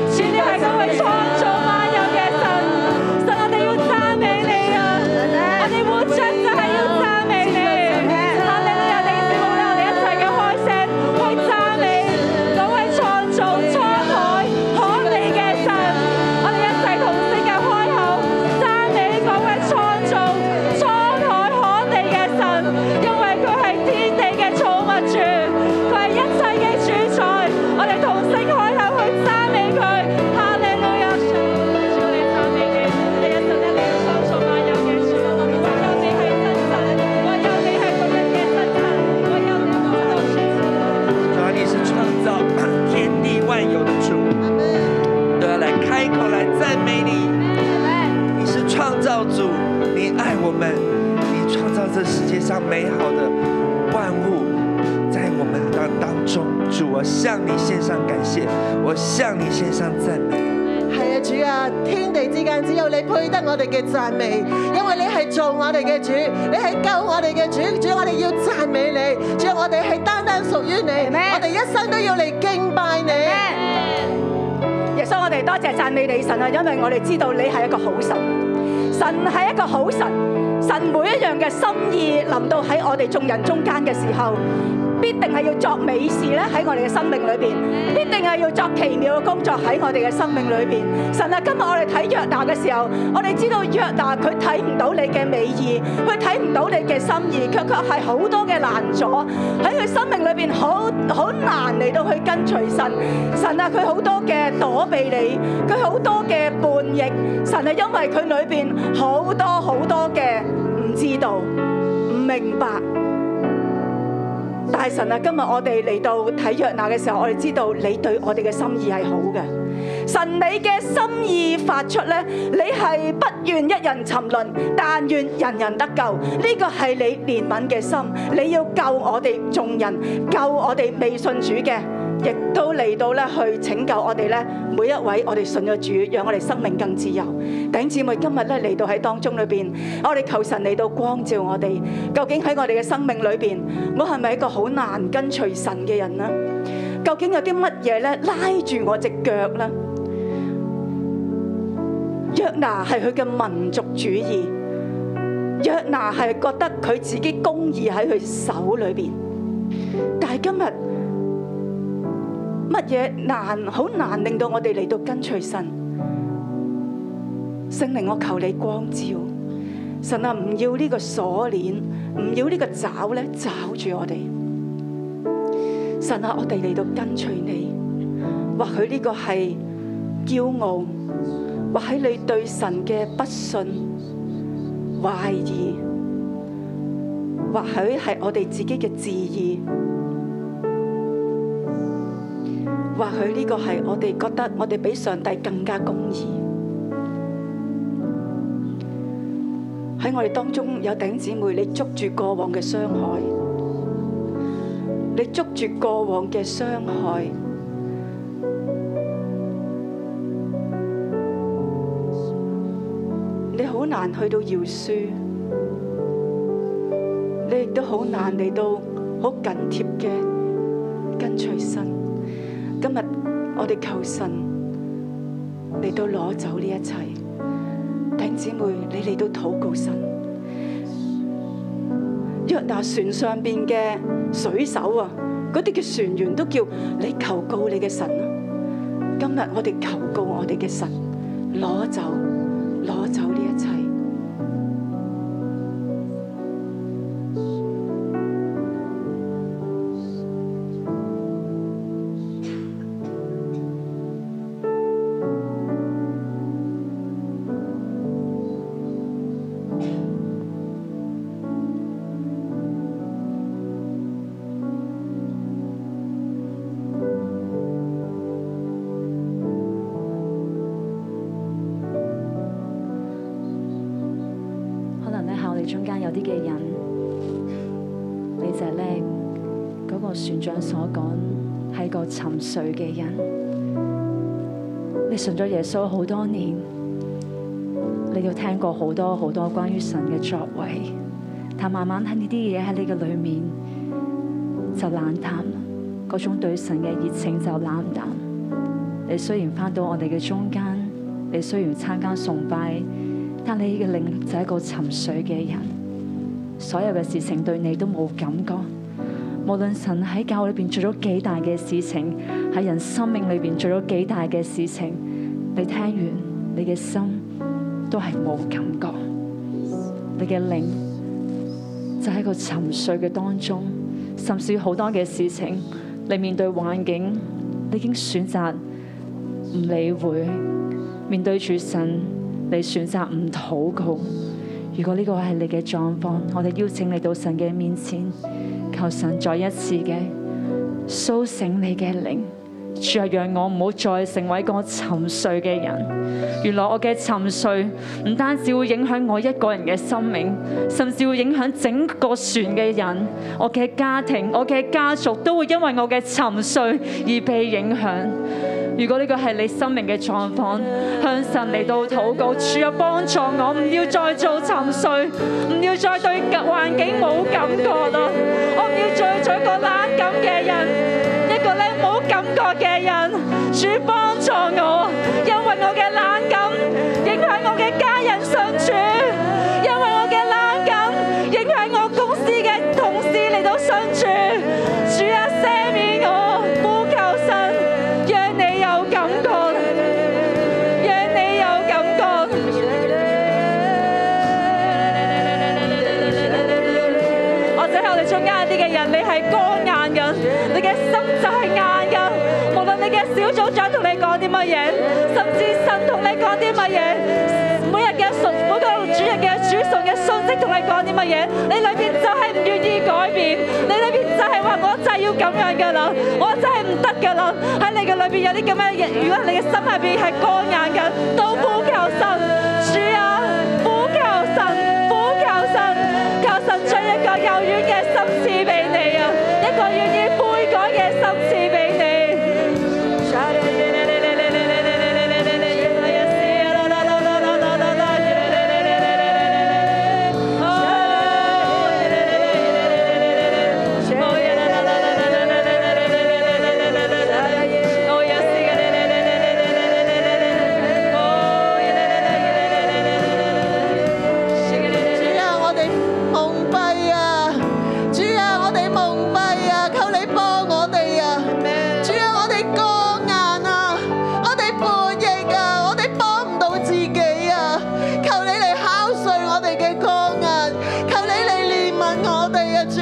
E: 啊
F: 啊
E: 啊这世界上美好的万物在我们当当中。主，我向你献上感谢，我向你献上赞美。
G: 係啊，主啊，天地之間只有你配得我哋嘅讚美，因為你係做我哋嘅主，你係救我哋嘅主，主我哋要讚美你，主啊我哋係單單屬於你，我哋一生都要嚟敬拜你。
H: 耶穌，我哋多謝讚美你神啊，因為我哋知道你係一個好神，神係一個好神，神每一樣嘅心意臨到喺我哋眾人中間嘅時候，必定係要作美事咧喺我哋嘅生命裏邊，必定係要作奇妙嘅工作喺我哋嘅生命裏邊。神啊，今日我哋睇約拿嘅時候，我哋知道約拿佢睇唔到你嘅美意，佢睇唔到你嘅心意，卻卻係好多嘅難阻喺佢生命裏邊好好難嚟到去跟隨神。神啊，佢好多嘅躲避你，佢好多嘅叛逆。神啊，因為佢裏邊好多好多嘅唔知道、唔明白。大神啊，今日我哋嚟到睇約拿嘅時候，我哋知道你對我哋嘅心意係好嘅。神你嘅心意發出咧，你係不願一人沉淪，但願人人得救。呢個係你憐憫嘅心，你要救我哋眾人，救我哋未信主嘅，亦都嚟到咧去拯救我哋咧每一位我哋信咗主，讓我哋生命更自由。弟兄姊妹，今日咧嚟到喺當中裏邊，我哋求神嚟到光照我哋，究竟喺我哋嘅生命裏邊，我係咪一個好難跟隨神嘅人呢？究竟有啲乜嘢咧拉住我只腳呢？約拿係佢嘅民族主義，約拿係覺得佢自己公義喺佢手裏邊，但係今日乜嘢難好難令到我哋嚟到跟隨神？聖靈，我求你光照，神啊，唔要呢個鎖鏈，唔要呢個爪咧抓住我哋。神啊，我哋嚟到跟隨你，或許呢個係驕傲，或許你對神嘅不信、懷疑，或許係我哋自己嘅自義，或許呢個係我哋覺得我哋比上帝更加公義。喺我哋當中有弟兄姊妹，你捉住過往嘅傷害。你捉住過往嘅傷害，你好難去到饒恕，你亦都好難嚟到好緊貼嘅跟隨神。今日我哋求神嚟到攞走呢一切，弟兄姊妹，你嚟到禱告神。約拿船上邊嘅水手啊，嗰啲嘅船員都叫你求告你嘅神啊！今日我哋求告我哋嘅神，攞走攞走呢一切。
I: 可能咧喺我哋中間有啲嘅人，你就係咧嗰個船長所講係個沉睡嘅人。你信咗耶穌好多年，你要聽過好多好多關於神嘅作為，但慢慢喺呢啲嘢喺你嘅裏面就冷淡，嗰種對神嘅熱情就冷淡。你雖然翻到我哋嘅中間，你雖然參加崇拜。但你嘅靈就係一個沉睡嘅人，所有嘅事情對你都冇感覺。無論神喺教會裏邊做咗幾大嘅事情，喺人生命裏邊做咗幾大嘅事情，你聽完你嘅心都係冇感覺。你嘅靈就喺一個沉睡嘅當中，甚至好多嘅事情，你面對環境，你已經選擇唔理會。面對住神，你選擇唔禱告。如果呢個係你嘅狀況，我哋邀請你到神嘅面前，求神再一次嘅甦醒你嘅靈，
F: 主啊，讓我唔好再成為一個沉睡嘅人。原來我嘅沉睡唔單止會影響我一個人嘅生命，甚至會影響整個船嘅人、我嘅家庭、我嘅家族都會因為我嘅沉睡而被影響。如果呢個係你生命嘅狀況，向神嚟到禱告，主啊，幫助我，唔要再做沉睡，唔要再對環境冇感覺啦，我唔要再做一個冷感嘅人，一個咧冇感覺嘅人。主幫助我，因為我嘅冷感影響我嘅家人相處，因為我嘅冷感影響我公司嘅同事嚟到相處。主啊，赦免我，呼求神，讓你有感覺，讓你有感覺。或者喺我哋中間有啲嘅人，你係乾硬嘅，你嘅心就係硬嘅。無論你嘅小組長同你講啲乜嘢，甚至神同你講啲乜嘢，每日嘅信每個主日嘅主信嘅信息同你講啲乜嘢，你裏邊就係唔願意改變，你裏邊就係話我就係要咁樣嘅啦，我真係唔得嘅啦。喺你嘅裏邊有啲咁樣嘅嘢，如果你嘅心入邊係乾硬嘅，都呼求神，主啊，呼求神，呼求神，求神將一個柔軟嘅心賜俾你啊，一個願意悔改嘅心賜俾你。
G: 主啊，我哋蒙蔽啊！主啊，我哋蒙蔽啊！求你幫我哋啊！主啊，我哋剛硬啊！我哋叛逆啊！我哋幫唔到自己啊！求你嚟敲碎我哋嘅剛硬，求你嚟憐憫我哋啊！主，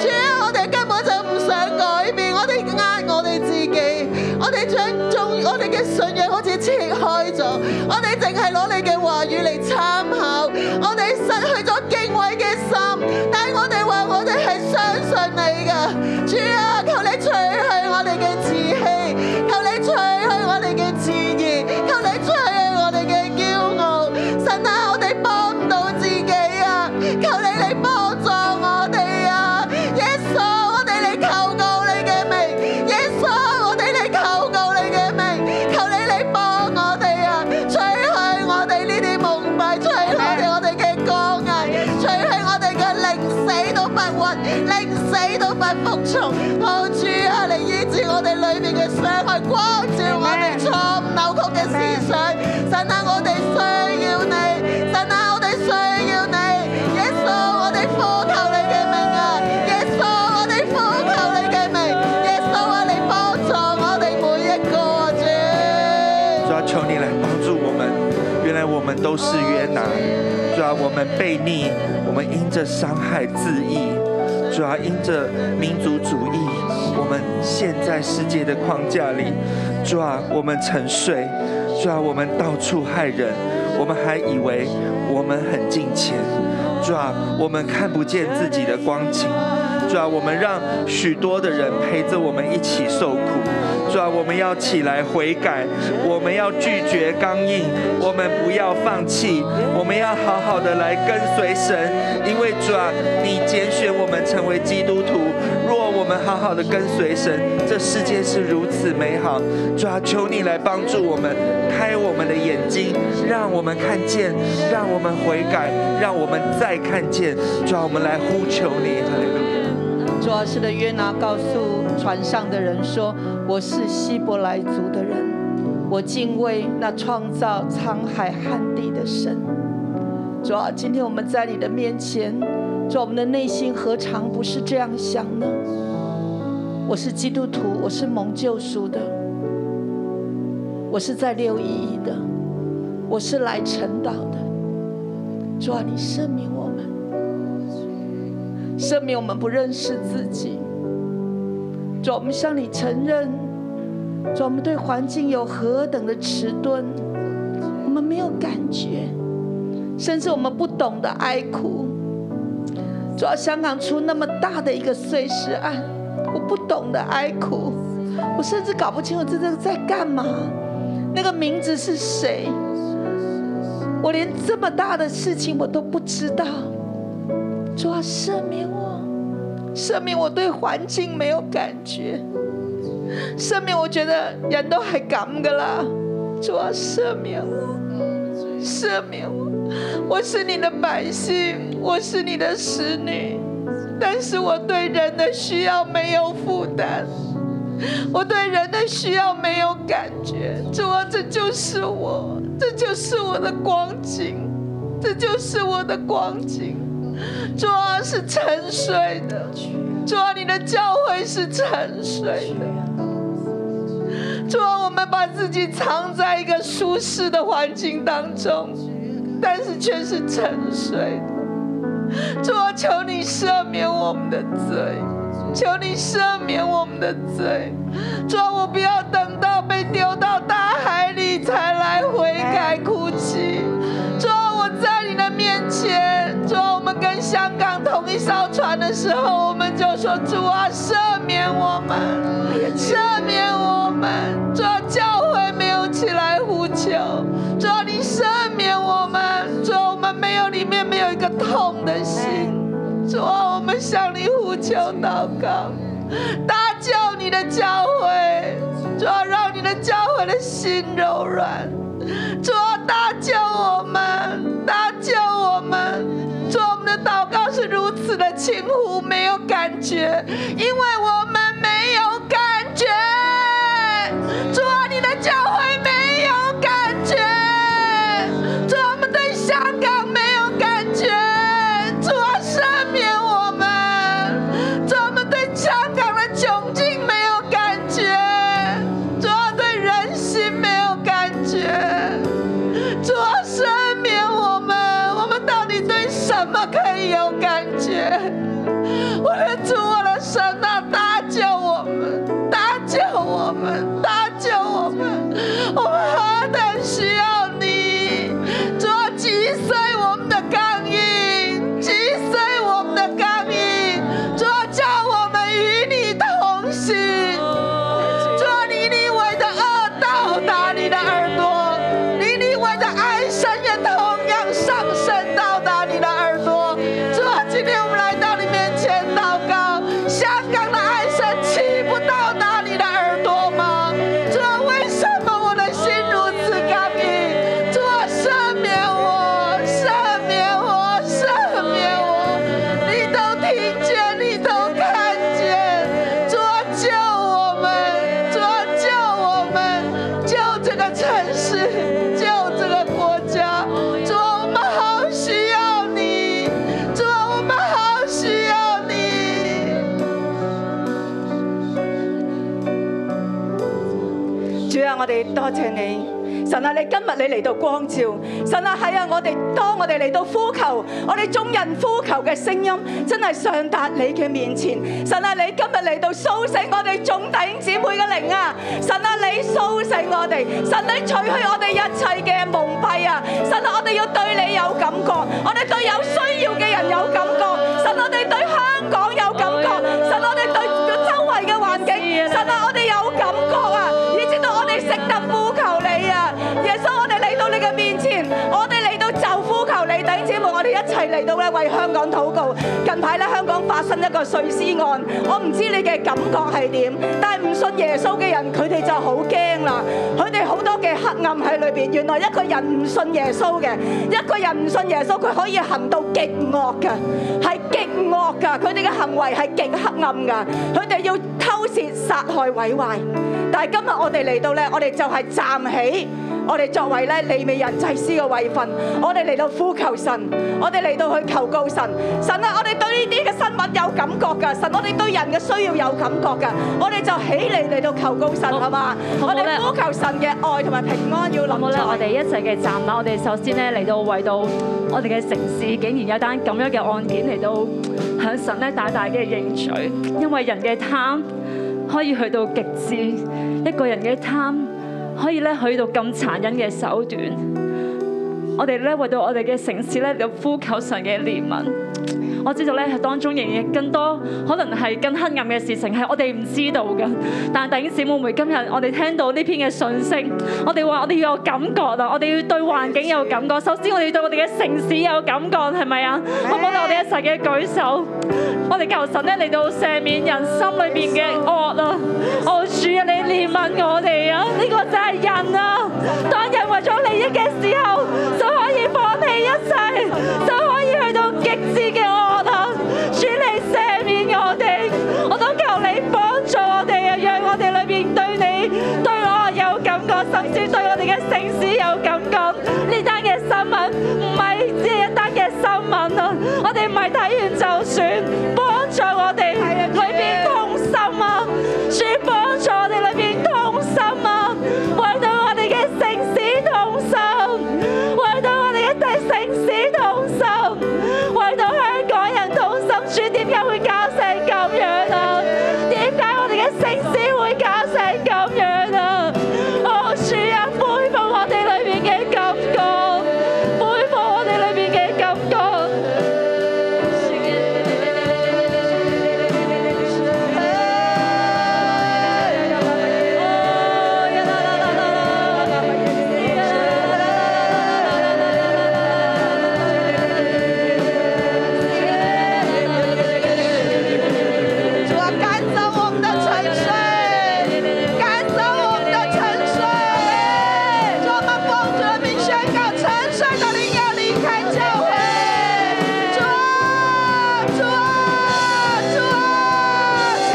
G: 主啊，我哋根本就唔想改變，我哋呃我哋自己，我哋將中我哋嘅信仰好似切開咗，我哋淨係攞你嘅話語嚟參考，我哋失去咗敬畏嘅心，但係我哋話我哋係相信你噶，主啊，求你除去我哋嘅自欺，求你除去我哋嘅自義，求你除去我哋嘅驕傲，神啊，我哋幫唔到自己啊，求你嚟幫助我哋啊，耶穌，我哋嚟求告你嘅名，耶穌，我哋嚟求告你嘅名，求你嚟幫我哋啊，除去我哋呢啲蒙蔽，除去我哋我哋嘅剛毅，除去我哋嘅寧死都不屈，寧死都不服從，好主啊，你醫治我哋裏面嘅傷害，光照我哋錯誤扭曲嘅思想，神啊，我哋需要你，神啊，我哋需要你，耶穌，我哋呼求你嘅名啊，耶穌，我哋呼求你嘅名，耶穌啊，你幫助我哋每一個啊，主。
E: 主要求你来帮助我们。原来我们都是约拿，主要我们悖逆，我们因着伤害自缢，主要因着民族主义，我们陷在世界的框架里，主要我们沉睡，主啊要我们到处害人，我们还以为我们很近前，主要我们看不见自己的光景。主啊，我们让许多的人陪着我们一起受苦。主啊，我们要起来悔改，我们要拒绝刚硬，我们不要放弃，我们要好好的来跟随神，因为主啊，你拣选我们成为基督徒。若我们好好的跟随神，这世界是如此美好。主啊，求你来帮助我们，开我们的眼睛，让我们看见，让我们悔改，让我们再看见。主啊，我们来呼求你，哈利路亚。
J: 主要是的约拿告诉船上的人说：“我是希伯来族的人，我敬畏那创造沧海旱地的神。”主啊，今天我们在你的面前，主啊，我们的内心何尝不是这样想呢？我是基督徒，我是蒙救赎的，我是在六一一的，我是来晨祷的。主啊，你赦免我们。赦免我们不认识自己。主啊，我们向你承认，主啊，我们对环境有何等的迟钝，我们没有感觉，甚至我们不懂得哀哭。主啊，香港出那么大的一个碎尸案，我不懂得哀哭，
K: 我甚至搞不清楚这这在干嘛，那个名字是谁，我连这么大的事情我都不知道。主啊，赦免我，赦免我对环境没有感觉，赦免我觉得人都还咁噶啦。主啊，赦免我，赦免我，我是你的百姓，我是你的使女，但是我对人的需要没有负担。我对人的需要没有感觉，主啊，这就是我，这就是我的光景，这就是我的光景。主啊，是沉睡的，主啊，你的教诲是沉睡的。主啊，我们把自己藏在一个舒适的环境当中，但是却是沉睡的。主啊，求你赦免我们的罪，求你赦免我们的罪。主啊，我不要等到被丢到大海里才来悔改哭泣。主啊，我在你的面前。主啊，我们跟香港同一艘船的时候，我们就说：主啊，赦免我们，赦免我们。主啊，教会没有起来呼求。主啊，你赦免我们。主啊，我们没有里面没有一个痛的心。主啊，我们向你呼求祷告，搭救你的教会，主啊，让你的教会的心柔软，主啊，搭救我们，搭救我们，主啊，我们的祷告是如此的轻忽，没有感觉，因为我们没有感觉，主啊，你的教会没有感觉，主啊，我们对香港没有感觉。主啊，赦免我们！主啊，我们对香港的窘境没有感觉，主啊，对人心没有感觉，主啊，赦免我们！我们到底对什么可以有感觉？我的主，我的神啊，搭救我们，搭救我们，搭救我们！我们何等需要你！主啊，击碎我们的刚硬，击碎我们的刚硬。主啊，叫我们与你同行。主啊，你以为的恶到达你的耳朵，你以为的哀声也同样上升到达你的耳朵。主啊，今天我们来到你面前祷告，香港的哀声起不到达你的耳朵吗？主啊，为什么我的心如此刚硬？主啊，赦免我，赦免我，赦免我！你都听见，你都看见，主啊，救我们，主啊，救我们，救这个城市，救这个国家，主啊，我们好需要你，主啊，我们好需要你。
H: 主啊，我哋多謝你，神啊，你今日你嚟到光照，神啊，係啊，我哋當我哋嚟到呼求，我哋眾人呼求嘅聲音，真係上達你嘅面前。神啊，你今日嚟到蘇醒我哋眾弟兄姊妹嘅靈啊！神啊，你蘇醒我哋，神你除去我哋一切嘅蒙蔽啊！神啊，我哋要對你有感覺，我哋對有需要嘅人有感覺，神我哋對香港有感覺，神我哋對周圍嘅環境，神啊，我哋有感覺啊！以至到我哋識得呼求你啊！耶穌，我哋嚟到你嘅面前，我哋嚟到就呼求你，弟兄姊妹，我哋一齊嚟到咧為香港禱告。近排咧香港發生一個碎屍案，我唔知你嘅感覺係點，但係唔信耶穌嘅人，佢哋就好驚啦，佢哋好多嘅黑暗喺裏邊。原來一個人唔信耶穌嘅，一個人唔信耶穌，佢可以行到極惡嘅，係極惡㗎，佢哋嘅行為係極黑暗㗎，佢哋要偷竊、殺害、毀壞。但係今日我哋嚟到咧，我哋就係站起，我哋作為咧利未人祭司嘅位份，我哋嚟到呼求神，我哋嚟到去求告神。神啊，我哋對呢啲嘅新聞有感覺㗎，神，我哋對人嘅需要有感覺㗎，我哋就起嚟嚟到求告神，好嘛？
I: 好
H: 我
I: 冇咧
H: 哋呼求神嘅愛同埋平安要
I: 好
H: 臨
I: 冇咧？
H: 在
I: 我哋一齊嘅站立，我哋首先咧嚟到為到我哋嘅城市，竟然有單咁樣嘅案件嚟到向神咧大大嘅認罪，因為人嘅貪可以去到極致，一個人嘅貪可以咧去到咁殘忍嘅手段。我哋咧為到我哋嘅城市咧，嚟到呼求神嘅憐憫。
F: 我知道咧當中仍然有更多可能係更黑暗嘅事情係我哋唔知道嘅。但係弟兄姊妹們，今日我哋聽到呢篇嘅信息，我哋話我哋要有感覺啊，我哋要對環境有感覺。首先我哋要對我哋嘅城市有感覺，係咪啊？好唔好？我哋一齊嘅舉手，我哋求神咧嚟到赦免人心裏邊嘅惡啊！哦，主啊，你憐憫我哋啊！呢、個就係人啊！當人為咗利益嘅時候，就可以放棄一切，就可以去到極致嘅惡啊！主你赦免我哋，我都求你幫助我哋啊，讓我哋裏邊對你對我有感覺，甚至對我哋嘅城市有感覺。呢單嘅新聞唔係只係一單嘅新聞啊！我哋唔係睇完就算，幫助我哋裏邊痛心啊！主幫助我哋裏邊痛心啊！為到我哋嘅城市痛心，為到我哋嘅大城市痛心，為到香港人痛心。主點解會搞成咁樣啊？點解我哋嘅城市會搞成咁樣啊？哦，主啊，恢復我哋裏邊嘅感覺，恢復我哋裏邊嘅感覺。
L: 主啊，赶走我们的沉睡，赶走我们的沉睡。主啊，我们奉主的名宣告，沉睡的灵要离开教会。主啊，主啊，主啊！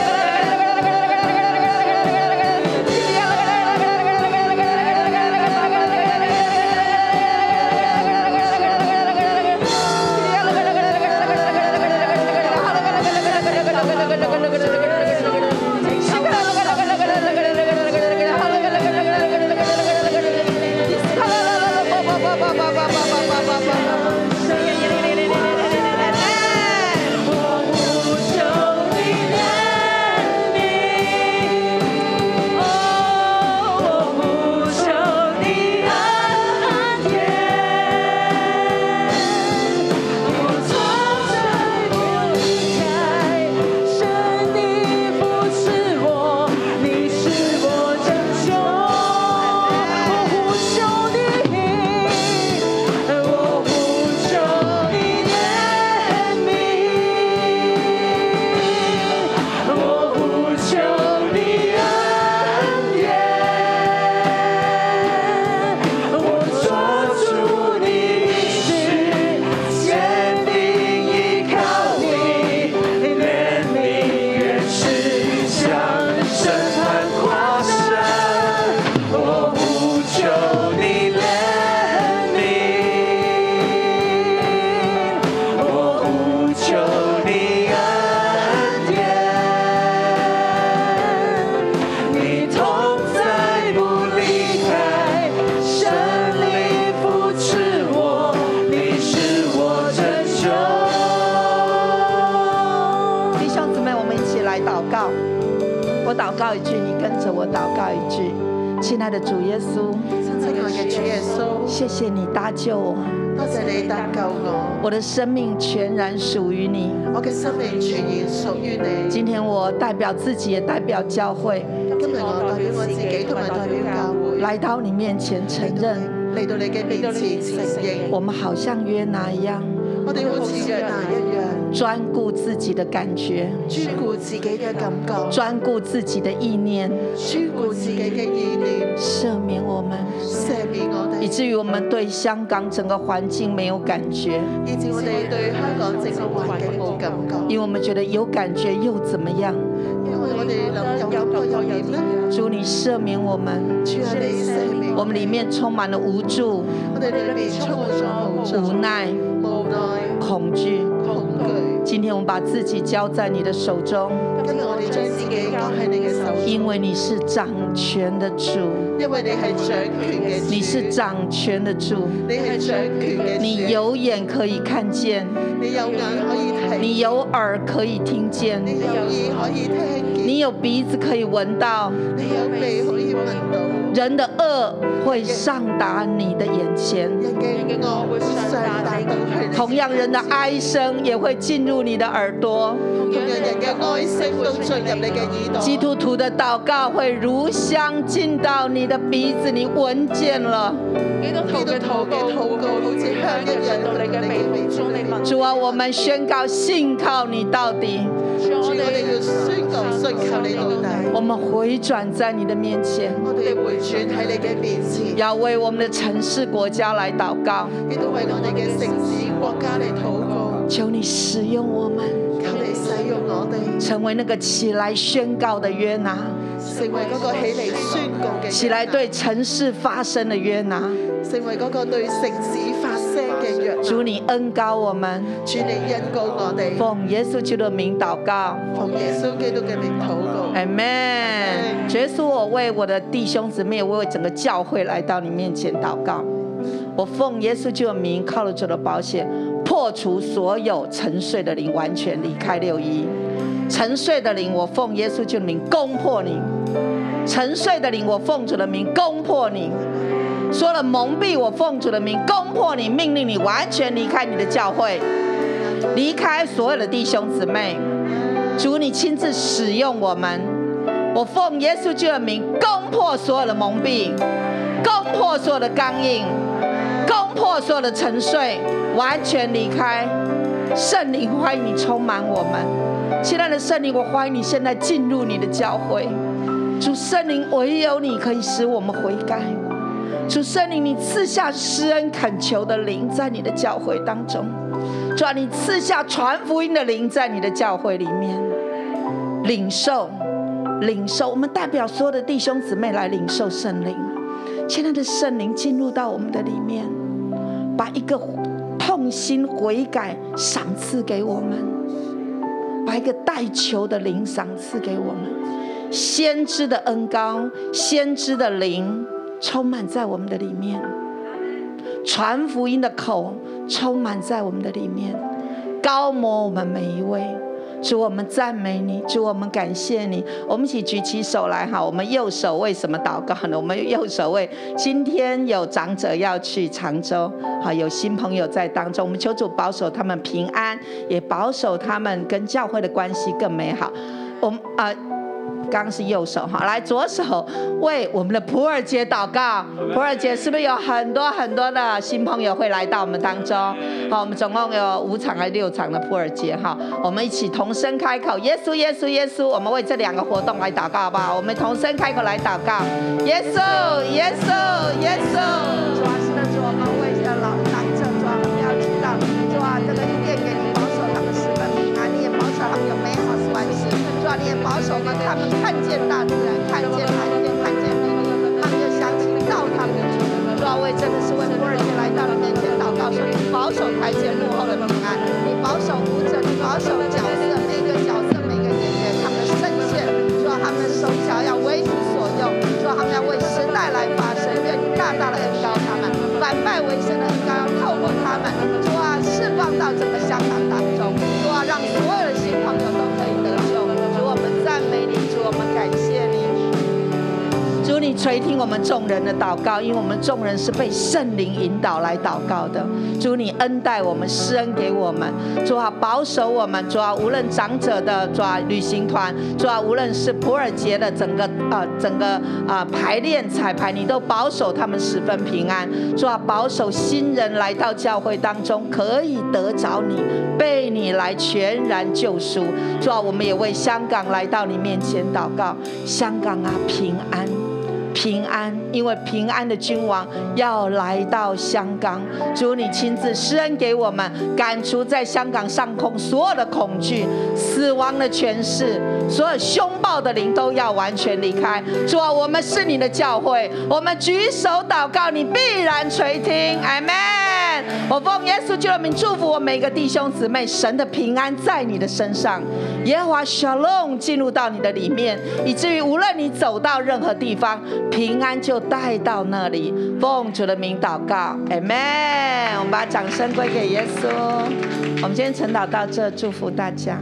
L: 弟兄姊妹，我们一起来祷告。我祷告一句，你跟着我祷告一句。亲爱的主耶稣，
J: 亲爱嘅主耶穌，
L: 谢谢你搭救我，
J: 多謝你搭救我，
L: 我的生命全然属于你。
J: 我嘅生命全然屬於你。
L: 今天我代表自己，也代表教会，
J: 今日我代表我自己，同埋代表教會，
L: 来到你面前承认，
J: 嚟到你嘅面前承認，
L: 我们好像约拿一样，
J: 我哋好似約拿一樣，
L: 专顾自己的感觉，
J: 專顧自己嘅感覺，
L: 专顾自己的意念，
J: 專顧自己嘅意念，
L: 赦免我们，
J: 赦免我
L: 以
J: 哋，
L: 至于我们对香港整个环境没有感觉，
J: 以致我哋對香港整個環境冇感覺，
L: 因为我们觉得有感觉又怎么样？
J: 因為我哋諗有感覺又點呢？
L: 主，你赦免我们，
J: 主啊，你赦免
L: 我
J: 我
L: 们里面充满了无助、
J: 哋裏面充滿咗
L: 无
J: 無助、
L: 奈、
J: 無奈、
L: 恐惧。
J: 恐懼。
L: 今天我们把自己交在你的手中，
J: 今日我哋將自己交喺你嘅手中，
L: 因为你是掌权的主，
J: 因為你係掌權嘅主，
L: 你是掌权的主，
J: 你係掌權嘅主，
L: 你有眼可以看见，
J: 你有眼可以睇，
L: 你有耳可以听见，
J: 你有耳可以聽見，你有鼻子可以闻到，
G: 你有鼻可以聞到，
J: 人的恶会上达你的眼前，
G: 人嘅惡會上達到去你
J: 同样人的哀声也会进入你的耳朵。
G: 同樣人嘅哀聲都進入你嘅耳朵。
J: 基督徒的祷告会如香进到你的鼻子，你闻见了。
D: 基督徒嘅禱告，禱告好似香一樣上到你嘅鼻中，你聞。
J: 主啊，我们宣告信靠你到底，
D: 主
G: 主
D: 我
G: 我哋
D: 哋
G: 要宣告信靠你到底，
J: 我们回转在你的面前，
G: 我哋回轉喺你嘅面前，
J: 要为我们的城市国家来祷告。
G: 亦都為我哋嘅城市國家嚟禱告，
J: 求你使用我们，
G: 求你使用我哋，
J: 成为那个起来宣告的约拿，
G: 成為嗰個起嚟宣告嘅人，
J: 起来對城市发声的约拿。
G: 成為嗰個對城市發聲嘅約拿。
J: 主，你恩高我们，
G: 主你恩告我哋，
J: 奉耶穌基督的名祷告。
G: 奉耶穌基督嘅名禱告。
J: Amen。主耶稣，我为我的弟兄姊妹，为我整个教会来到你面前祷告。我奉耶稣基督的名，靠着主的保险，破除所有沉睡的灵，完全离开六一。沉睡的灵，我奉耶稣基督的名攻破你；沉睡的灵，我奉主的名攻破你。说了蒙蔽，我奉主的名攻破你，命令你完全离开你的教会，离开所有的弟兄姊妹。主，你亲自使用我们。我奉耶稣基督的名，攻破所有的蒙蔽，攻破所有的刚硬，攻破所有的沉睡，完全离开。圣灵，欢迎你充满我们。亲爱的圣灵，我欢迎你现在进入你的教会。主圣灵，唯有你可以使我们悔改。主圣灵，你赐下施恩恳求的灵在你的教会当中。主啊，你赐下传福音的灵在你的教会里面，领受，领受。我们代表所有的弟兄姊妹来领受圣灵，亲爱的圣灵进入到我们的里面，把一个痛心悔改赏赐给我们，把一个代求的灵赏赐给我们，先知的恩高，先知的灵充满在我们的里面。传福音的口充满在我们的里面，高摩我们每一位。主，我们赞美你，主，我们感谢你。我们一起举起手来，好，我们右手为什么祷告呢？我们右手为今天有长者要去常州，好，有新朋友在当中，我们求主保守他们平安，也保守他们跟教会的关系更美好。我们啊。呃刚是右手哈，来左手为我们的普洱姐祷告。普洱姐是不是有很多很多的新朋友会来到我们当中？好，我们总共有五场还是六场的普洱姐哈，我们一起同声开口，耶稣，耶稣，耶稣，我们为这两个活动来祷告好不好？我们同声开口来祷告，耶稣，耶稣，耶稣。主啊，是的，主，我们为这老长者，主啊，我们要知道，主啊，这个一定给你保守他们十分平安，你也保守他们有美好的关系。主啊，你也保守们，他们看见大自然，看见看见看见你，他们就想起到他们的主。主啊，我也真的是为了二姐来到你面前祷告，说你保守台前幕后的平安，你保守舞者，你保守角色每一个角色每一个演员他们的声线，主啊，他们的手脚要为你所用，主啊，他们要为时代来发声，愿你大大的恩高他们，反败为胜的恩高要透过他们，主啊，释放到整个香港当中，主啊，让所有的新朋友都可以得救。主，啊我们赞美你，主，我们感谢你。主，你垂听我们众人的祷告，因为我们众人是被圣灵引导来祷告的。主，你恩待我们，施恩给我们。主啊，保守我们。主啊，无论长者的主啊旅行团，主啊，无论是普洱节的整个呃整个啊、排练彩排，你都保守他们十分平安。主啊，保守新人来到教会当中，可以得着你，被你来全然救赎。主啊，我们也为香港来到你面前祷告，香港啊，平安。平安，因为平安的君王要来到香港。主，你亲自施恩给我们，赶除在香港上空所有的恐惧、死亡的权势、所有凶暴的灵都要完全离开。主啊，我们是你的教会，我们举手祷告，你必然垂听。阿门。我奉耶稣基督的名祝福我每一个弟兄姊妹，神的平安在你的身上，耶和华 Shalom 进入到你的里面，以至于无论你走到任何地方，平安就带到那里。奉主的名祷告，Amen。我们把掌声归给耶稣。我们今天晨祷到这，祝福大家。